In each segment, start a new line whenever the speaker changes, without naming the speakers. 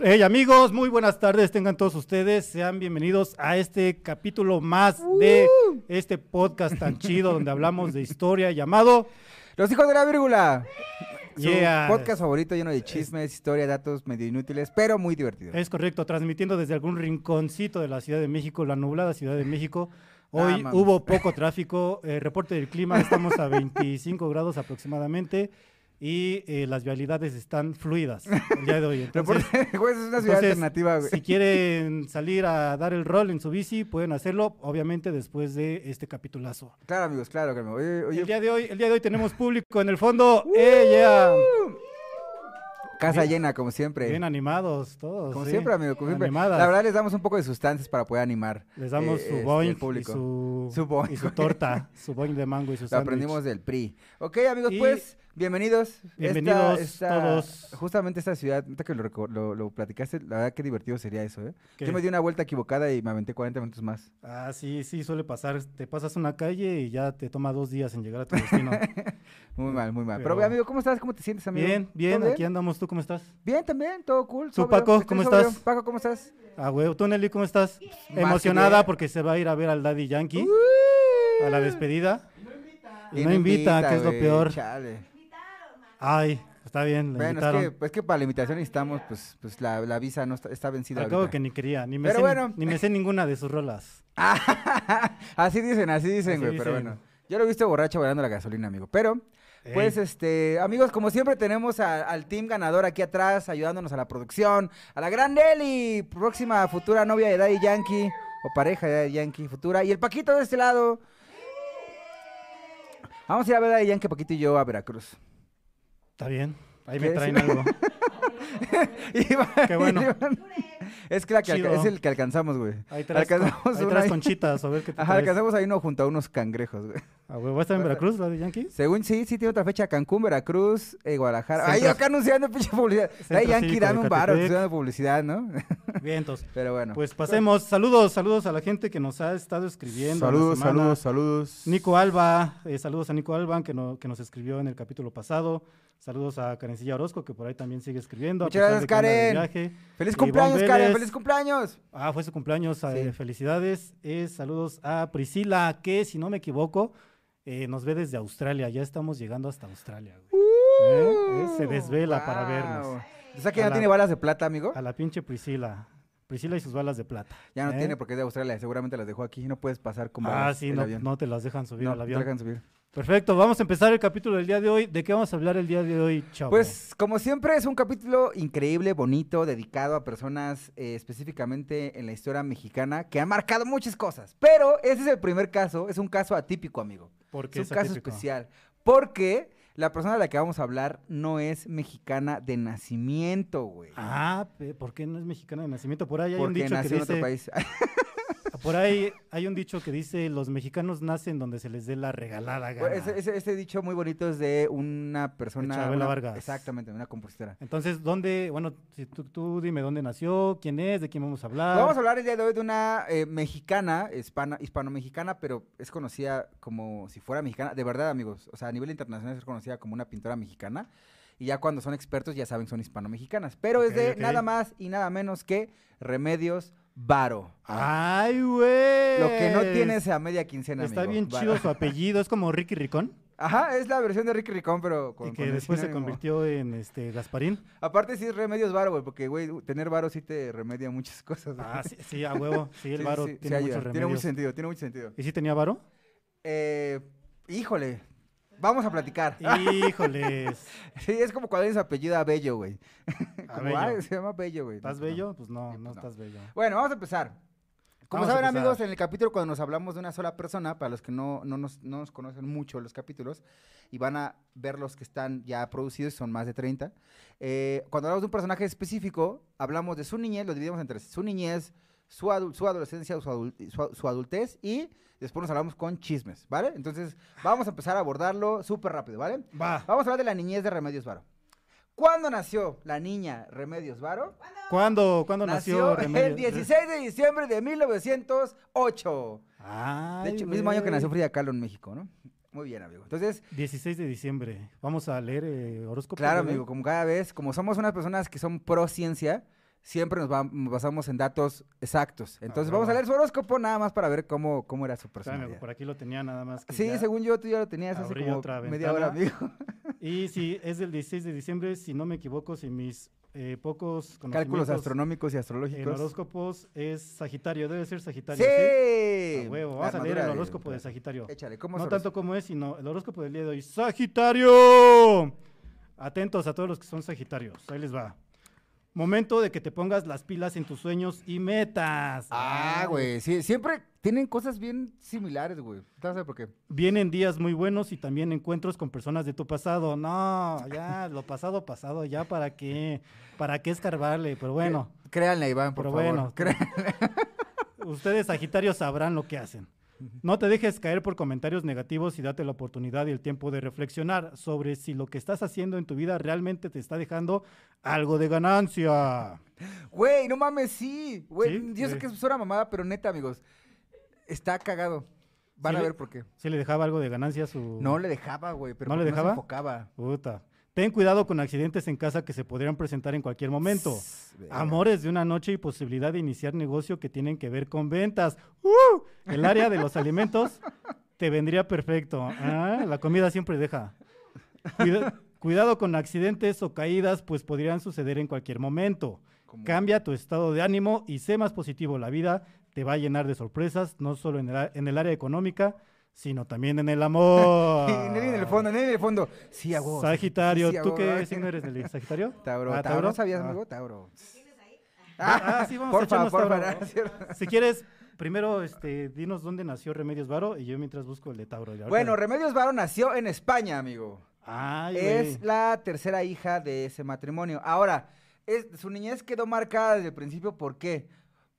Hey amigos, muy buenas tardes, tengan todos ustedes, sean bienvenidos a este capítulo más de
Uh.
este podcast tan chido donde hablamos de historia llamado
Los hijos de la vírgula. Su
Yeah.
podcast favorito lleno de chismes, historia, datos medio inútiles, pero muy divertido.
Es correcto, transmitiendo desde algún rinconcito de la Ciudad de México, la nublada Ciudad de México. Hoy
Ah, mames.
hubo poco tráfico, eh, reporte del clima, estamos a 25 grados aproximadamente y eh, las vialidades están fluidas el día de hoy. Entonces,
Reporte- güey, pues, es una ciudad
Entonces,
alternativa, güey.
Si quieren salir a dar el rol en su bici, pueden hacerlo, obviamente, después de este capitulazo.
Claro, amigos, claro, Carmen. Oye, oye, ¡Uh!
El día de hoy, el día de hoy tenemos público en el fondo. ¡Eh, yeah!
casa llena, como siempre.
Bien animados todos.
como
sí.
siempre, amigo, como siempre.
Animadas.
La verdad, les damos un poco de sustancias para poder animar.
Les damos
eh,
su
este,
boing
al público.
y su,
Su boing,
y su
güey.
torta, su boing de mango y su
Lo
sándwich.
aprendimos del PRI. Ok, amigos,
Y-
pues, bienvenidos. Esta-
Bienvenidos todos.
Justamente esta ciudad, ahorita que lo, reco- lo, lo platicaste, la verdad que divertido sería eso, ¿eh?
¿Qué?
Yo me di una vuelta equivocada y me aventé 40 minutos más.
Ah, sí, sí, suele pasar. Te pasas una calle y ya te toma dos días en llegar a tu destino.
Muy mal, muy mal. Pero,
Mm, Pero-
amigo, ¿cómo estás? ¿Cómo te sientes, amigo?
bien,
¿Todo
bien, aquí andamos. ¿Tú cómo estás?
Bien, también, todo cool.
¿Tú,
sobrio.
Paco,
Estoy
cómo
sobrio.
estás?
Paco, ¿cómo estás?
Ah, huevo. ¿Tú, Nelly, cómo estás?
que
Emocionada
bien. Uh.
porque se va a ir a ver al Daddy Yankee a la despedida. Y
Y
no invita, que es lo
güey,
peor.
chale.
Ay, está bien, le
Bueno,
invitaron.
es que, es que para la invitación necesitamos, pues, pues la, la visa no está, está vencida.
Al cabo
ahorita.
que ni quería, ni me,
Pero
sé,
bueno.
ni me sé ninguna de sus rolas.
así dicen, así dicen,
Así
güey, pero
dicen.
bueno. Yo lo he visto borracho bailando la gasolina, amigo. Pero, pues,
Ey.
este, amigos, como siempre tenemos a- al team ganador aquí atrás, ayudándonos a la producción, a la gran Nelly, próxima futura novia de Daddy Yankee, o pareja de Daddy Yankee, futura, y el Paquito de este lado. Vamos a ir a ver a Daddy Yankee, Paquito y yo a Veracruz.
Está bien, ahí
¿Qué
me
es?
traen algo.
Iban-
Qué bueno.
iban- es que la que alca-
Chido.
es el que alcanzamos, güey.
Ahí traes, con-
Alcanzamos
ahí
una
traes
ahí.
conchitas, a ver qué te
Ajá,
traes.
alcanzamos ahí uno junto a unos cangrejos, güey.
Ah, huevo, ¿va a estar en Veracruz, Daddy Yankee?
Según sí, sí tiene otra fecha, Cancún, Veracruz, eh, Guadalajara. Ay,
Centro-
yo acá anunciando pinche publicidad. Ay,
Centro
Yankee,
Cívico
dame
de
un bar,
Catepec.
dando publicidad, ¿no?
Bien, entonces.
Pero bueno.
Pues pasemos. Saludos, saludos a la gente que nos ha estado escribiendo. en la semana.
saludos.
Nico Alba, eh, saludos a Nico Alba, que, no- que nos escribió en el capítulo pasado. Saludos a Karencilla Orozco, que por ahí también sigue escribiendo. a
Muchas
pesar de
gracias,
que anda de
Karen.
viaje.
Feliz
Ivonne
cumpleaños, Karen,
Vélez.
feliz cumpleaños.
Ah, fue su cumpleaños, eh,
Sí.
felicidades. Eh, saludos a Priscila, que si no me equivoco, eh, nos ve desde Australia. Ya estamos llegando hasta Australia,
Uh.
güey. Eh, eh, se desvela para vernos.
O sea que
A
no
la-
tiene balas de plata, amigo.
A la pinche Priscila. Priscila y sus balas de plata.
Ya no
¿eh?
tiene porque es de Australia, seguramente las dejó aquí. No puedes pasar con
Ah,
balas
sí,
el
no,
avión.
no te las dejan subir
No,
al
no te
avión.
dejan subir.
Perfecto, vamos a empezar el capítulo del día de hoy. ¿De qué vamos a hablar el día de hoy, chavo?
Pues como siempre es un capítulo increíble, bonito, dedicado a personas eh, específicamente en la historia mexicana que han marcado muchas cosas. Pero ese es el primer caso, es un caso atípico, amigo.
porque
Es un caso especial. Porque la persona de la que vamos a hablar no es mexicana de nacimiento, güey.
Ah, pe- ¿por qué no es mexicana de nacimiento? Por ahí hay un
porque
dicho que
nació en otro
dice,
país.
por ahí hay un dicho que dice, los mexicanos nacen donde se les dé la regalada gana.
Bueno, ese, ese- ese dicho muy bonito es de una persona.
Chabela
una-
Vargas.
Exactamente, una compositora.
Entonces, ¿dónde? Bueno, si tú, tú dime dónde nació, quién es, de quién vamos a hablar.
Vamos a hablar el día de hoy de una eh, mexicana, hispana, hispano-mexicana, pero es conocida como si fuera mexicana. De verdad, amigos, o sea, a nivel internacional es conocida como una pintora mexicana. Y ya cuando son expertos ya saben que son hispano-mexicanas. Pero
Ok,
es de
ok.
nada más y nada menos que Remedios Varo.
Ah. ¡Ay, güey!
Ah. Lo que no tienes a media quincena,
Está
amigo.
bien
Varo.
chido su apellido, es como Ricky Ricón,
Ajá, es la versión de Ricky Ricón, pero con,
y
con
que
el
después se
sinónimo.
convirtió en este Gasparín.
Aparte sí es Remedios Varo, güey, porque, güey, tener Varo sí te remedia muchas cosas. güey.
Ah, sí, sí, a huevo. Sí, el
Sí, sí,
varo
sí, sí
tiene
ayuda.
muchos
Tiene mucho
remedios.
sentido, tiene mucho sentido.
¿Y si tenía varo?
Eh, híjole, vamos a platicar.
Híjoles.
Sí, es como cuando alguien se apellida Bello, güey.
Ah,
Como,
bello.
ay, se llama Bello, güey.
¿Estás
No, pues no.
bello? Pues no,
Sí,
no
pues no.
estás bello.
Bueno, vamos a empezar. Como
Vamos a
saben,
empezar.
amigos, en el capítulo cuando nos hablamos de una sola persona, para los que no, no nos, no nos conocen mucho los capítulos, y van a ver los que están ya producidos, son más de 30, eh, cuando hablamos de un personaje específico, hablamos de su niñez, lo dividimos entre su niñez, su, adu- su adolescencia, su, adul- su- su adultez, y después nos hablamos con chismes, ¿vale? Entonces, vamos a empezar a abordarlo súper rápido, ¿vale?
Va.
Vamos a hablar de la niñez de Remedios Varo. ¿Cuándo nació la niña Remedios Varo?
¿Cuándo, ¿cuándo nació,
Nació el
Remedios?
16 de diciembre de 1908.
Ay,
de hecho,
güey.
mismo año que nació Frida Kahlo en México, ¿no? Muy bien, amigo. Entonces,
16 de diciembre. Vamos a leer eh, horóscopo.
claro,
¿verdad?
amigo, como cada vez, como somos unas personas que son pro ciencia, siempre nos, va- nos basamos en datos exactos. Entonces,
Ah,
vamos a
bueno.
leer su horóscopo nada más para ver cómo, cómo era su
Espérame, amigo,
personalidad.
por aquí lo tenía nada más. que
Sí,
ya.
según yo, tú ya lo tenías hace
abrí
como
otra
media hora, amigo.
Y sí, es del 16 de diciembre, si no me equivoco, si mis eh, pocos
Cálculos
conocimientos
astronómicos y
en
astrológicos.
horóscopos es Sagitario, debe ser Sagitario. ¿sí?
¡Sí!
A huevo, vamos a leer
Armadura
el
de-
horóscopo de Sagitario.
Échale, ¿cómo
No
se
tanto como es, sino el horóscopo del día de hoy. ¡Sagitario! Atentos a todos los que son Sagitarios. Ahí les va. Momento de que te pongas las pilas en tus sueños y metas.
Ah,
Ay,
güey, sí, siempre tienen cosas bien similares, güey. ¿Sabes por qué?
Vienen días muy buenos y también encuentros con personas de tu pasado. No, ya, lo pasado, pasado, ya, ¿para qué? ¿Para qué escarbarle? Pero bueno,
Créanle, a Iván, por
Pero
favor.
bueno.
Créan-
ustedes Sagitarios sabrán lo que hacen. No te dejes caer por comentarios negativos y date la oportunidad y el tiempo de reflexionar sobre si lo que estás haciendo en tu vida realmente te está dejando algo de ganancia.
Güey, no mames, sí. Güey,
Sí,
yo sé
güey.
que es una mamada, pero neta, amigos, está cagado. Van
Sí
a
le-
ver por qué.
¿Sí le dejaba algo de ganancia a su...?
No le dejaba, güey, pero
¿No le
porque
dejaba?
se enfocaba.
Puta. Ten cuidado con accidentes en casa que se podrían presentar en cualquier momento.
Verga.
Amores de una noche y posibilidad de iniciar negocio que tienen que ver con ventas. ¡Uh! El área de los alimentos te vendría perfecto. Ah, La comida siempre deja. Cuida- cuidado con accidentes o caídas, pues podrían suceder en cualquier momento.
Como-
Cambia tu estado de ánimo y sé más positivo. La vida te va a llenar de sorpresas, no solo en el, a- en el área económica, sino también en el amor.
Sí, Nelly en el fondo, Nelly en el fondo. Sí, a huevo.
Sagitario,
sí, a
¿tú
huevo,
qué
¿verdad?
signo eres, Nelly? ¿Sagitario?
Tauro,
Ah,
Tauro, ¿sabías,
Ah.
amigo? Tauro.
Ah, sí, vamos a
Porfa,
echarnos
porfa.
Tauro.
¿no? ¿Cierto?
Si quieres, primero este, dinos dónde nació Remedios Varo y yo mientras busco el de Tauro. Y ahorita-
Bueno, Remedios Varo nació en España, amigo.
Ay,
es
güey.
la tercera hija de ese matrimonio. Ahora, es- su niñez quedó marcada desde el principio, ¿por qué?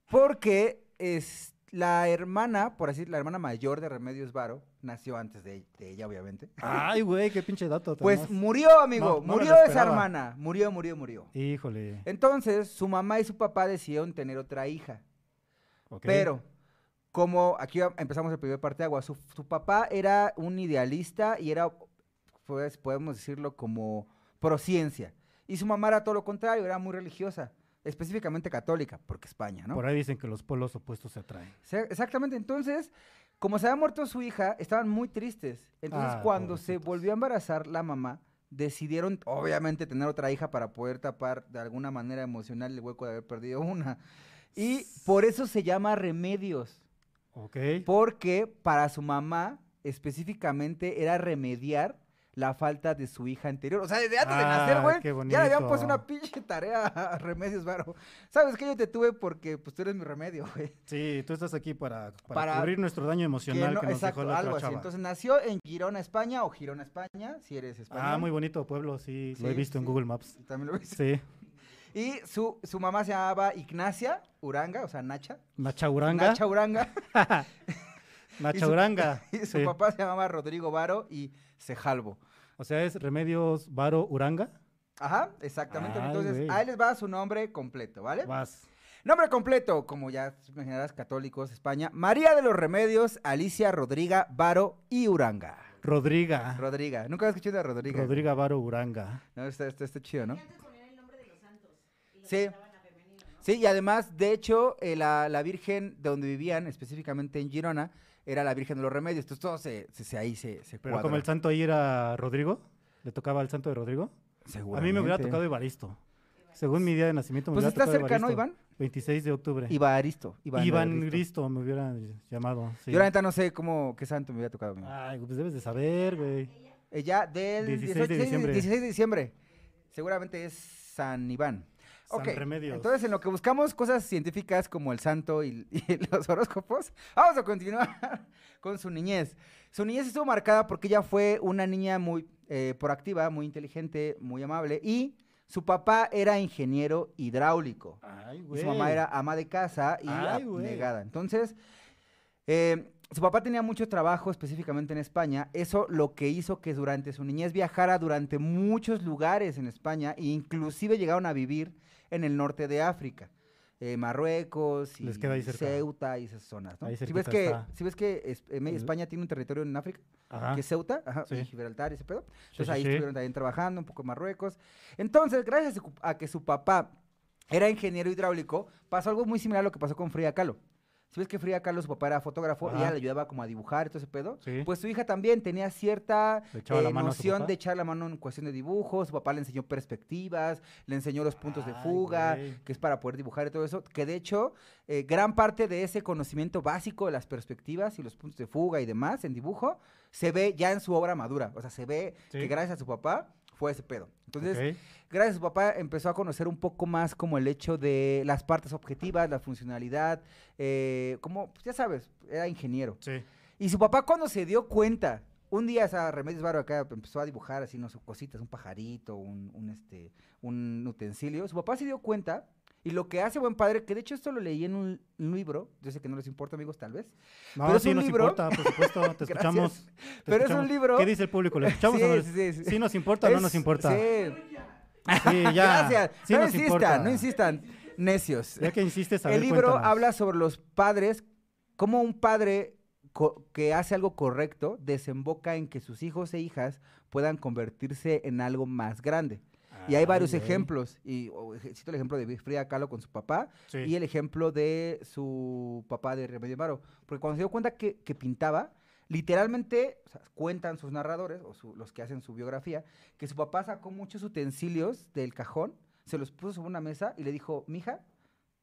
Porque es la hermana, por así decir, la hermana mayor de Remedios Varo, nació antes de, de ella, obviamente.
Ay, güey, qué pinche dato. tan
Pues
más.
murió,
No,
amigo,
no me lo
murió esa
esperaba.
hermana, murió, murió, murió.
Híjole.
Entonces, su mamá y su papá decidieron tener otra hija.
ok.
Pero, como aquí va- empezamos el primer parte de agua, su, su papá era un idealista y era, pues, podemos decirlo, como prociencia. Y su mamá era todo lo contrario, era muy religiosa, específicamente católica, porque España, ¿no?
Por ahí dicen que los polos opuestos se atraen.
Se- Exactamente, entonces, como se había muerto su hija, estaban muy tristes. Entonces,
Ah,
cuando se
pobrecitos.
volvió a embarazar la mamá, decidieron, obviamente, tener otra hija para poder tapar de alguna manera emocional el hueco de haber perdido una. Y por eso se llama remedios.
Ok.
Porque para su mamá específicamente era remediar la falta de su hija anterior. O sea, desde antes de
Ay,
nacer,
Ah, qué
güey, ya le habían puesto
bonito.
una pinche tarea a Remedios Varo. ¿Sabes qué? Yo te tuve porque pues tú eres mi remedio, güey.
Sí, tú estás aquí para, para,
Para-
cubrir nuestro daño
Que
emocional que,
no-
nos
exacto,
dejó la
algo
otra
así.
chava.
Entonces nació en Girona, España, o Girona, España, si eres español.
ah, muy bonito pueblo, sí, lo he
Sí,
visto en
sí.
Google Maps.
También lo ves.
Sí.
Y su, su mamá se llamaba Ignacia Uranga, o sea, Nacha.
Nachauranga.
Nacha Uranga. y su-
Nachauranga.
Y su
sí.
papá se llamaba Rodrigo Varo y Sejalvo.
O sea, es Remedios Varo Uranga.
Ajá, exactamente.
Ay,
Entonces,
güey.
ahí les va su nombre completo, ¿vale?
Vas.
Nombre completo, como ya te imaginarás, católicos, España. María de los Remedios, Alicia Rodriga, Varo y Uranga.
Rodriga.
Rodriga. Nunca había escuchado de Rodriga.
Rodriga Varo Uranga.
No, está, está, está chido, ¿no?
antes ponían el nombre de los santos. Y los
Sí.
pasaban a femenino, ¿no?
Sí, y además, de hecho, eh, la, la Virgen de donde vivían, específicamente en Girona, era la Virgen de los Remedios. Entonces, todo se, se- se- ahí se, se
Pero como el santo ahí era Rodrigo, le tocaba al santo de Rodrigo. A mí me hubiera tocado Evaristo. Según mi día de nacimiento, me
Pues
hubiera
está
tocado
cerca, ¿no,
Evaristo.
Iván?
26 de octubre.
Ivaristo. Iván,
Iván
Evaristo.
Cristo me hubiera llamado. sí.
Yo la neta no sé cómo, qué santo me hubiera tocado. amigo.
Ay, pues debes de saber, güey.
Ella del
16
16
de
de,
diciembre.
16 de diciembre. Seguramente es San Iván.
San
Ok,
Remedios.
Entonces, en lo que buscamos cosas científicas como el santo y, y los horóscopos, vamos a continuar con su niñez. Su niñez estuvo marcada porque ella fue una niña muy eh, proactiva, muy inteligente, muy amable y su papá era ingeniero hidráulico.
Ay,
Y
güey.
su mamá era ama de casa y
Ay, güey.
abnegada. Entonces, eh, su papá tenía mucho trabajo, específicamente en España. Eso lo que hizo que durante su niñez viajara durante muchos lugares en España e inclusive llegaron a vivir en el norte de África. eh, Marruecos y
Les queda ahí cerca.
Ceuta y esas zonas, ¿no?
Ahí
si ves
cerquita
que,
está.
si ves que es- em,
El-
España tiene un territorio en África,
Ajá.
que es Ceuta, ajá,
Sí.
y Gibraltar y ese pedo.
Sí,
Entonces
sí,
ahí
sí.
estuvieron también trabajando, un poco en Marruecos. Entonces, gracias a su- a que su papá era ingeniero hidráulico, pasó algo muy similar a lo que pasó con Frida Kahlo. Si ves que Frida Kahlo, su papá era fotógrafo, y
Ajá.
ella le ayudaba como a dibujar y todo ese pedo.
Sí.
Pues su hija también tenía cierta
Le echaba la
eh,
mano a su
noción
papá.
de echar la mano en cuestión de dibujos. Su papá le enseñó perspectivas, le enseñó los puntos de
Ay,
fuga,
güey.
que es para poder dibujar y todo eso. Que de hecho, eh, gran parte de ese conocimiento básico de las perspectivas y los puntos de fuga y demás en dibujo se ve ya en su obra madura. O sea, se ve
Sí.
que gracias a su papá fue ese pedo. Entonces,
Ok.
gracias a su papá empezó a conocer un poco más como el hecho de las partes objetivas, la funcionalidad, eh, como, pues, ya sabes, era ingeniero.
Sí.
Y su papá cuando se dio cuenta, un día esa Remedios Varo acá empezó a dibujar así, no sé, cositas, un pajarito, un, un, este, un utensilio. Su papá se dio cuenta y lo que hace buen padre, que de hecho esto lo leí en un libro, yo sé que no les importa amigos tal vez,
No,
Pero es
sí
un
nos
libro.
importa, por supuesto, te
Gracias.
escuchamos. te
Pero es un
escuchamos.
libro-
¿Qué dice el público? ¿Lo escuchamos
Sí,
o no?
sí, sí, sí.
Sí nos importa o no
Es-
nos importa? Sí,
sí.
ya.
Gracias.
Sí
no
nos
insistan,
importa.
no insistan. Necios.
Ya que insistes, a
El
ver,
libro
cuéntanos.
habla sobre los padres, cómo un padre co- que hace algo correcto desemboca en que sus hijos e hijas puedan convertirse en algo más grande. Y hay
Ay,
varios
güey.
ejemplos. Y o, ej- cito el ejemplo de Frida Kahlo con su papá
Sí.
y el ejemplo de su papá de Remedio Amaro. Porque cuando se dio cuenta que, que pintaba, literalmente o sea, cuentan sus narradores o su- los que hacen su biografía que su papá sacó muchos utensilios del cajón, se los puso sobre una mesa y le dijo: Mija,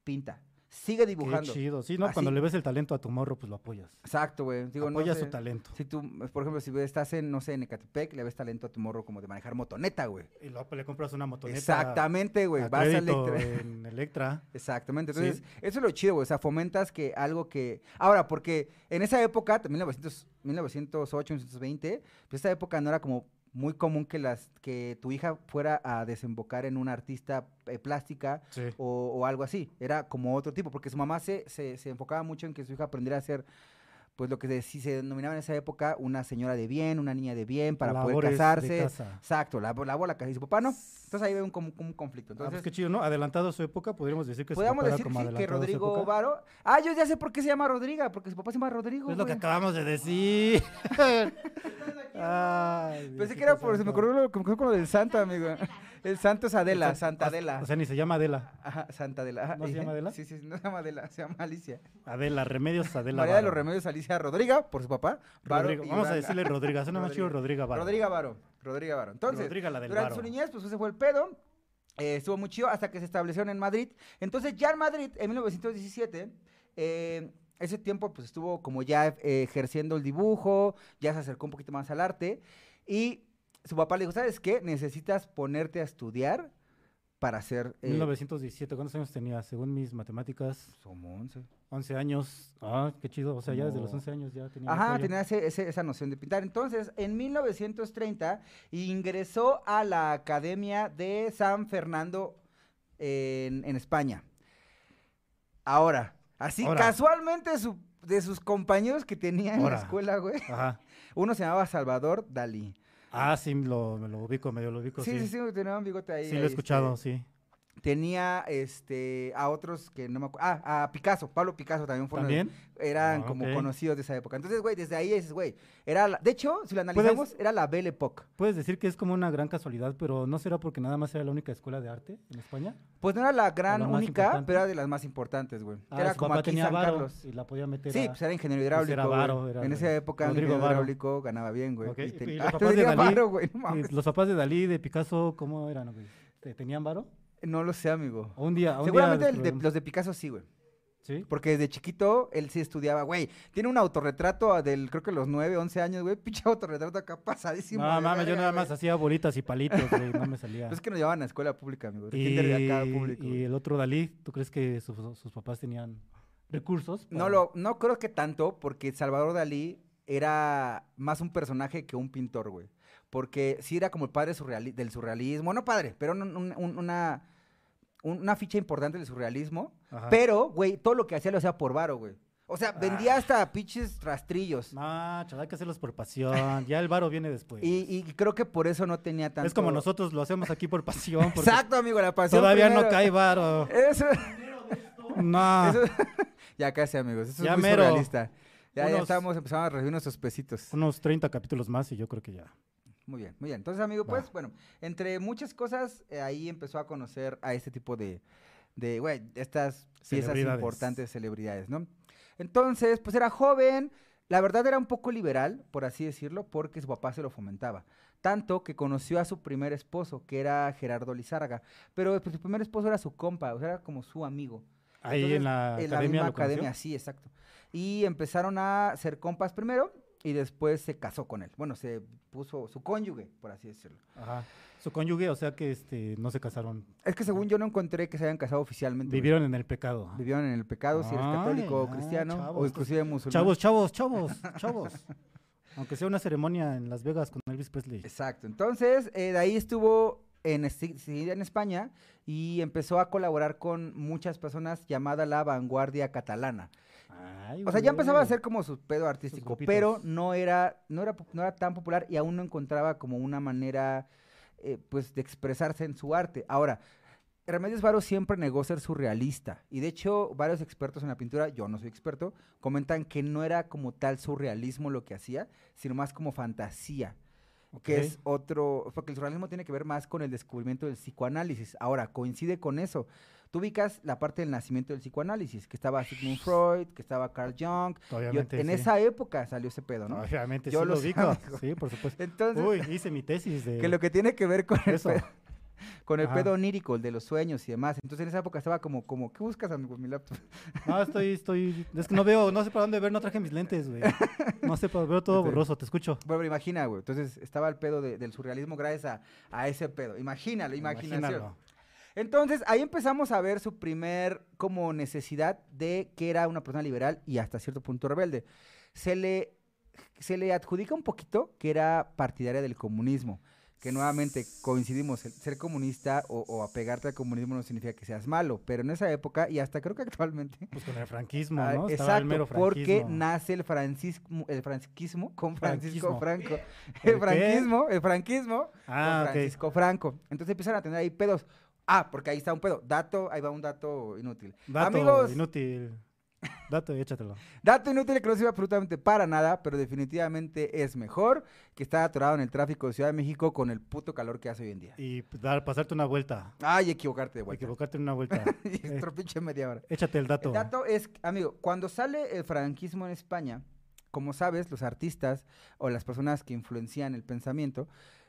pinta, sigue
Qué
dibujando.
chido. Sí, no, cuando
Así.
le ves el talento a tu morro, pues lo apoyas.
Exacto, güey. Digo, no
Apoya
sé.
su talento.
Si tú, por ejemplo, si estás en, no sé, en Ecatepec, le ves talento a tu morro como de manejar motoneta, güey.
Y luego pues, le compras una motoneta.
Exactamente, güey.
a
Vas a
crédito
Electra.
en Electra.
Exactamente.
Sí.
Entonces, eso es lo chido, güey. O sea, fomentas que algo que. Ahora, porque en esa época, 1900, 1908, 1920, pues esa época no era como muy común que las que tu hija fuera a desembocar en una artista eh, plástica
Sí.
o, o algo así. Era como otro tipo, porque su mamá se, se, se enfocaba mucho en que su hija aprendiera a ser, pues lo que de- si se denominaba en esa época, una señora de bien, una niña de bien, para
Labores
poder
de
casarse.
casa. Ah,
Exacto, la, la bola casa. Y su papá no. Entonces ahí ve un, como- como un conflicto.
Ah, pues
Entonces,
qué chido, ¿no? Adelantado a su época, podríamos decir que su
Podríamos
papá era
decir
como
sí, que
adelantado a su
Rodrigo
época.
Varo. Ah, yo ya sé por qué se llama Rodriga, porque su papá se llama Rodrigo.
Es lo que
güey.
acabamos de decir. Ay,
Pensé
Diosito
que era
pues,
por. Se
santo.
me ocurrió lo, que me ocurrió con lo del santo, amigo. El santo es Adela, Santa Adela.
O sea, ni se llama Adela.
Ajá, Santa Adela.
¿No se llama Adela?
Sí, sí, no se llama Adela, se llama Alicia.
Adela, Remedios Adela.
María de
Varo.
los Remedios Alicia Rodriga, por su papá. Varo
Rodrigo.
y
Vamos a
Iván.
decirle Rodriga. Suena más chido Rodriga Varo.
Rodriga Varo. Rodriga Varo. Entonces,
Rodriga la del
durante
Varo.
su niñez, pues ese fue el pedo. eh, estuvo muy chido hasta que se establecieron en Madrid. Entonces, ya en Madrid, en 1917, eh, ese tiempo, pues estuvo como ya eh, ejerciendo el dibujo, ya se acercó un poquito más al arte. Y su papá le dijo: ¿Sabes qué? Necesitas ponerte a estudiar para ser. eh, pues,
1917, ¿cuántos años tenía? Según mis matemáticas,
Como 11.
11 años. Ah, qué chido. O sea, ya desde los
Como-
11 años ya tenía.
Ajá,
apoyo.
tenía ese- ese- esa noción de pintar. Entonces, en 1930 ingresó a la Academia de San Fernando en, en España. Ahora, así
Ahora.
casualmente su- de sus compañeros que tenía en
Ahora.
la escuela, güey,
Ajá.
uno se llamaba Salvador Dalí.
Ah, sí, lo, me lo ubico, medio lo ubico.
Sí,
Sí,
sí, sí, tenía un bigote ahí.
Sí, lo
ahí,
he escuchado,
este,
sí.
tenía este, a otros que no me acuerdo. Ah, a Picasso, Pablo Picasso también fue uno de-
¿También?
eran
Ah,
como
ok.
conocidos de esa época. Entonces, güey, desde ahí dices, güey, era la- de hecho, si lo
Pues
analizamos, era la Belle Époque.
Puedes decir que es como una gran casualidad, pero ¿no será porque nada más era la única escuela de arte en España?
Pues no era la gran
la más
única,
importante.
pero era de las más importantes, güey.
Ah,
era
su
como
papá
aquí
tenía
San
varo
Carlos.
y la podía meter
Sí,
a-
pues era ingeniero
era
hidráulico.
varo,
güey.
era
en
de-
esa época, el
Rodrigo
ingeniero
Varo.
hidráulico ganaba bien, güey.
Ok,
Y
y-
te-
y los
Ah,
papás
tú
de
dirías
Dalí, pues.
varo, güey, no
Y
mames.
los papás de Dalí, de Picasso, ¿cómo eran, güey? ¿Te- ¿Tenían varo?
No lo sé, amigo.
O un día, un
Seguramente
día
el de-
descubrimos-
los de Picasso sí, güey.
¿Sí?
Porque desde chiquito él sí estudiaba, güey. Tiene un autorretrato a del, creo que los 9, 11 años, güey. Pinche autorretrato acá pasadísimo.
no,
de
mames, yo
verga,
nada
güey.
más hacía bolitas y palitos, güey, no me salía.
Pues Es que nos llevaban a escuela pública, amigo. de
y,
kinder de acá público.
y
güey.
el otro Dalí, ¿tú crees que sus, sus papás tenían recursos?
No
para-
lo, no creo que tanto, porque Salvador Dalí era más un personaje que un pintor, güey. Porque sí era como el padre surreali- del surrealismo, no padre, pero un- un- un- una, un- una ficha importante del surrealismo.
Ajá.
Pero, güey, todo lo que hacía lo hacía por varo, güey. O
Ah.
sea, vendía hasta pinches rastrillos.
No, chaval, hay que hacerlos por pasión. Ya el varo viene después.
Y, y creo que por eso no tenía tanto.
Es como nosotros lo hacemos aquí por pasión, porque
Exacto, amigo, la pasión.
todavía no
primero.
cae varo.
Eso.
No.
Eso- ya casi, amigos. Eso
Ya
es muy
mero.
surrealista. Ya, ya
Unos-
estamos empezando a recibir nuestros pesitos.
Unos 30 capítulos más y yo creo que ya.
Muy bien, muy bien. Entonces, amigo,
Va.
pues, bueno, entre muchas cosas, eh, ahí empezó a conocer a este tipo de, de güey, estas piezas
Celebridades.
importantes, celebridades, ¿no? Entonces, pues era joven, la verdad era un poco liberal, por así decirlo, porque su papá se lo fomentaba. Tanto que conoció a su primer esposo, que era Gerardo Lizárraga. Pero pues, su primer esposo era su compa, o sea, era como su amigo.
Ahí
Entonces,
en la
en la
academia
misma
lo conoció.
academia, sí, exacto. Y empezaron a ser compas primero y después se casó con él. Bueno, se puso su cónyuge, por así decirlo.
Ajá. Su cónyuge, o sea que este, no se casaron.
Es que según yo no encontré que se hayan casado oficialmente. güey.
Vivieron en el pecado.
Vivieron en el pecado, si eres católico
Ay,
o
ah,
cristiano, o
chavos,
inclusive musulmán.
Chavos, chavos, chavos, chavos. Aunque sea una ceremonia en Las Vegas con Elvis Presley.
Exacto. Entonces, eh, de ahí estuvo en, Esti- seguida en España y empezó a colaborar con muchas personas llamada la vanguardia catalana.
Ay,
O sea, ya empezaba a
güey.
hacer como su pedo artístico,
grupitos.
pero no era, no era, pop- no era tan popular y aún no encontraba como una manera, eh, pues, de expresarse en su arte. Ahora, Remedios Varo siempre negó ser surrealista y de hecho varios expertos en la pintura, yo no soy experto, comentan que no era como tal surrealismo lo que hacía, sino más como fantasía,
Ok.
que es otro, porque el surrealismo tiene que ver más con el descubrimiento del psicoanálisis. Ahora, coincide con eso. Tú ubicas la parte del nacimiento del psicoanálisis, que estaba Sigmund Freud, que estaba Carl Jung, yo-
Obviamente,
en
sí.
esa época salió ese pedo, ¿no?
Obviamente,
Yo
sí
lo
lo
sé,
ubico.
amigo.
Sí, por supuesto.
Entonces,
Uy, hice mi tesis de
que lo que tiene que ver con el,
eso.
pedo, con el
Ajá.
pedo onírico, el de los sueños y demás. Entonces en esa época estaba como, como ¿qué buscas, amigo? Mi laptop.
No, estoy, estoy. Es que no veo, no sé para dónde ver, no traje mis lentes, güey. No sé, pero veo todo
Está bien.
borroso, te escucho.
Bueno, pero imagina, güey. Entonces estaba el pedo de- del surrealismo gracias a, a ese pedo. Imagínalo, imaginación.
Imagínalo.
Entonces ahí empezamos a ver su primer como necesidad de que era una persona liberal y hasta cierto punto rebelde. Se le, se le adjudica un poquito que era partidaria del comunismo, que nuevamente coincidimos, el ser comunista o, o apegarte al comunismo no significa que seas malo, pero en esa época y hasta creo que actualmente...
Pues con el franquismo,
ah,
¿no? Estaba el
exacto,
mero
porque
franquismo.
nace el francisco, el franquismo con Francisco
Franquismo.
Franco.
¿El
El
qué?
franquismo, el franquismo
Ah,
con
ok.
Francisco Franco. Entonces empiezan a tener ahí pedos. Ah, porque ahí está un pedo. Dato, ahí va un dato inútil.
Dato
Amigos,
inútil. Dato, échatelo.
dato inútil que no sirve absolutamente para nada, pero definitivamente es mejor que estar atorado en el tráfico de Ciudad de México con el puto calor que hace hoy en día.
Y dar, pasarte una vuelta.
Ay, equivocarte de vuelta.
Equivocarte en una vuelta.
Y
Eh,
otro pinche media hora.
Échate el dato.
El dato es, amigo, cuando sale el franquismo en España, como sabes, los artistas o las personas que influencian el pensamiento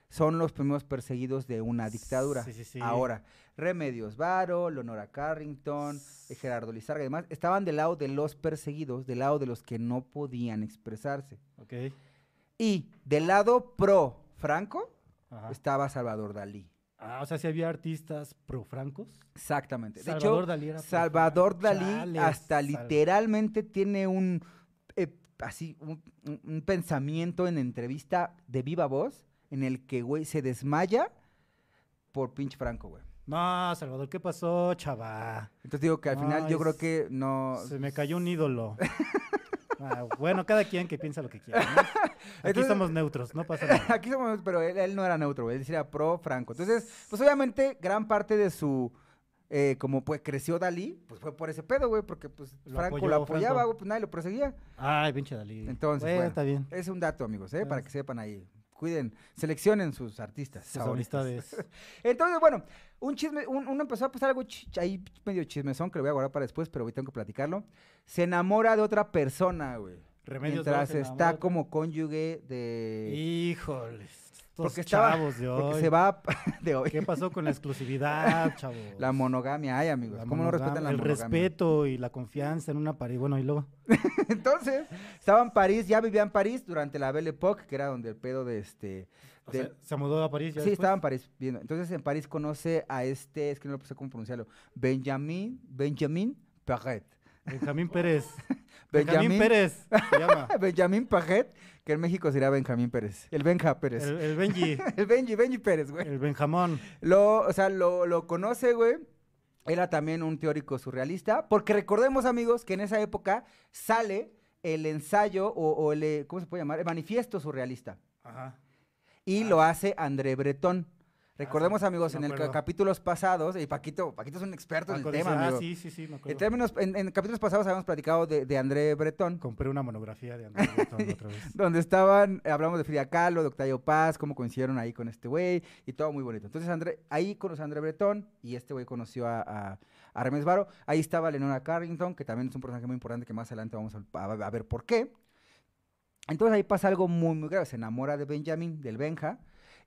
son los primeros perseguidos de una dictadura.
Sí, sí, sí.
Ahora, Remedios Varo, Leonora Carrington, eh, Gerardo Lizarga y demás, estaban del lado de los perseguidos, del lado de los que no podían expresarse.
Ok.
Y del lado pro Franco
Ajá.
estaba Salvador Dalí.
Ah, o sea, si había artistas pro francos.
Exactamente. De
Salvador
hecho,
Dalí era profano.
Salvador Dalí
Chales,
hasta
sal-
literalmente tiene un eh, así un, un- un pensamiento en entrevista de viva voz en el que güey se desmaya por pinche Franco, güey.
No, Salvador, ¿qué pasó, chava?
Entonces digo que al final yo
Ay,
creo
s-
que no
Se me cayó un ídolo. Ah, bueno, cada quien que piensa lo que quiera. ¿no? Aquí
Entonces-
estamos neutros, no pasa nada.
Aquí somos, pero él, él no era neutro, güey, él sí era pro Franco. Entonces, pues obviamente gran parte de su eh, como pues creció Dalí, pues fue por ese pedo, güey, porque pues
Lo
Franco
apoyó
lo
Franco.
apoyaba, güey, pues nadie lo perseguía.
Ay, pinche Dalí.
Entonces,
Bueno,
bueno.
está bien.
Es un dato, amigos, ¿eh? para
Bueno.
que sepan ahí. Cuiden, seleccionen sus artistas.
Sus
favoritos.
amistades.
Entonces, bueno, un chisme, un- uno empezó a pasar algo ch- ahí medio chismezón que lo voy a guardar para después, pero hoy tengo que platicarlo. Se enamora de otra persona, güey.
Remedios
Mientras
Varo se
está
enamoró.
como cónyuge de.
Híjoles. Estos
Porque estaba-
chavos de hoy.
Porque se va de hoy.
¿Qué pasó con la exclusividad, chavos?
La monogamia, ay, amigos.
La
¿Cómo no respetan la
monogam- El
monogamia?
respeto y la confianza en una pared. Bueno, y luego.
Entonces, estaba en París, ya vivía en París durante la Belle Époque, que era donde el pedo de este.
o
del-
sea, se mudó a París.
Sí,
ya
estaba
después?
en París viendo. Entonces en París conoce a este, es que no lo sé cómo pronunciarlo, Benjamin, Benjamin Parret.
Benjamín Pérez.
Benjamín-
Benjamín Pérez. Se llama.
Ah, Benjamin Parret, que en México sería Benjamín Pérez, el Benja Pérez.
El,
El,
el Benji.
Benji, Benji Pérez, güey.
El Benjamón.
Lo, o sea, lo, lo conoce, güey. Era también un teórico surrealista, porque recordemos, amigos, que en esa época sale el ensayo o, o el, eh, ¿cómo se puede llamar? El manifiesto surrealista.
Ajá.
Y lo hace André Breton. Recordemos, amigos,
Ah, me
en el ca-
acuerdo.
capítulos pasados, y Paquito, Paquito es un experto en el
Paco dice,
tema,
ah,
amigo.
sí, sí, sí, me acuerdo.
En términos, en, en capítulos pasados habíamos platicado de, de André Breton,
Compré una monografía de Andrés Breton otra vez.
donde estaban, eh, hablamos de Frida Kahlo, de Octavio Paz, cómo coincidieron ahí con este güey, y todo muy bonito. Entonces, André, ahí conoció a André Breton, y este güey conoció a, a, a Remes Varo. Ahí estaba Lenora Carrington, que también es un personaje muy importante, que más adelante vamos a, a- a ver por qué. Entonces, ahí pasa algo muy, muy grave. Se enamora de Benjamin, del Benja,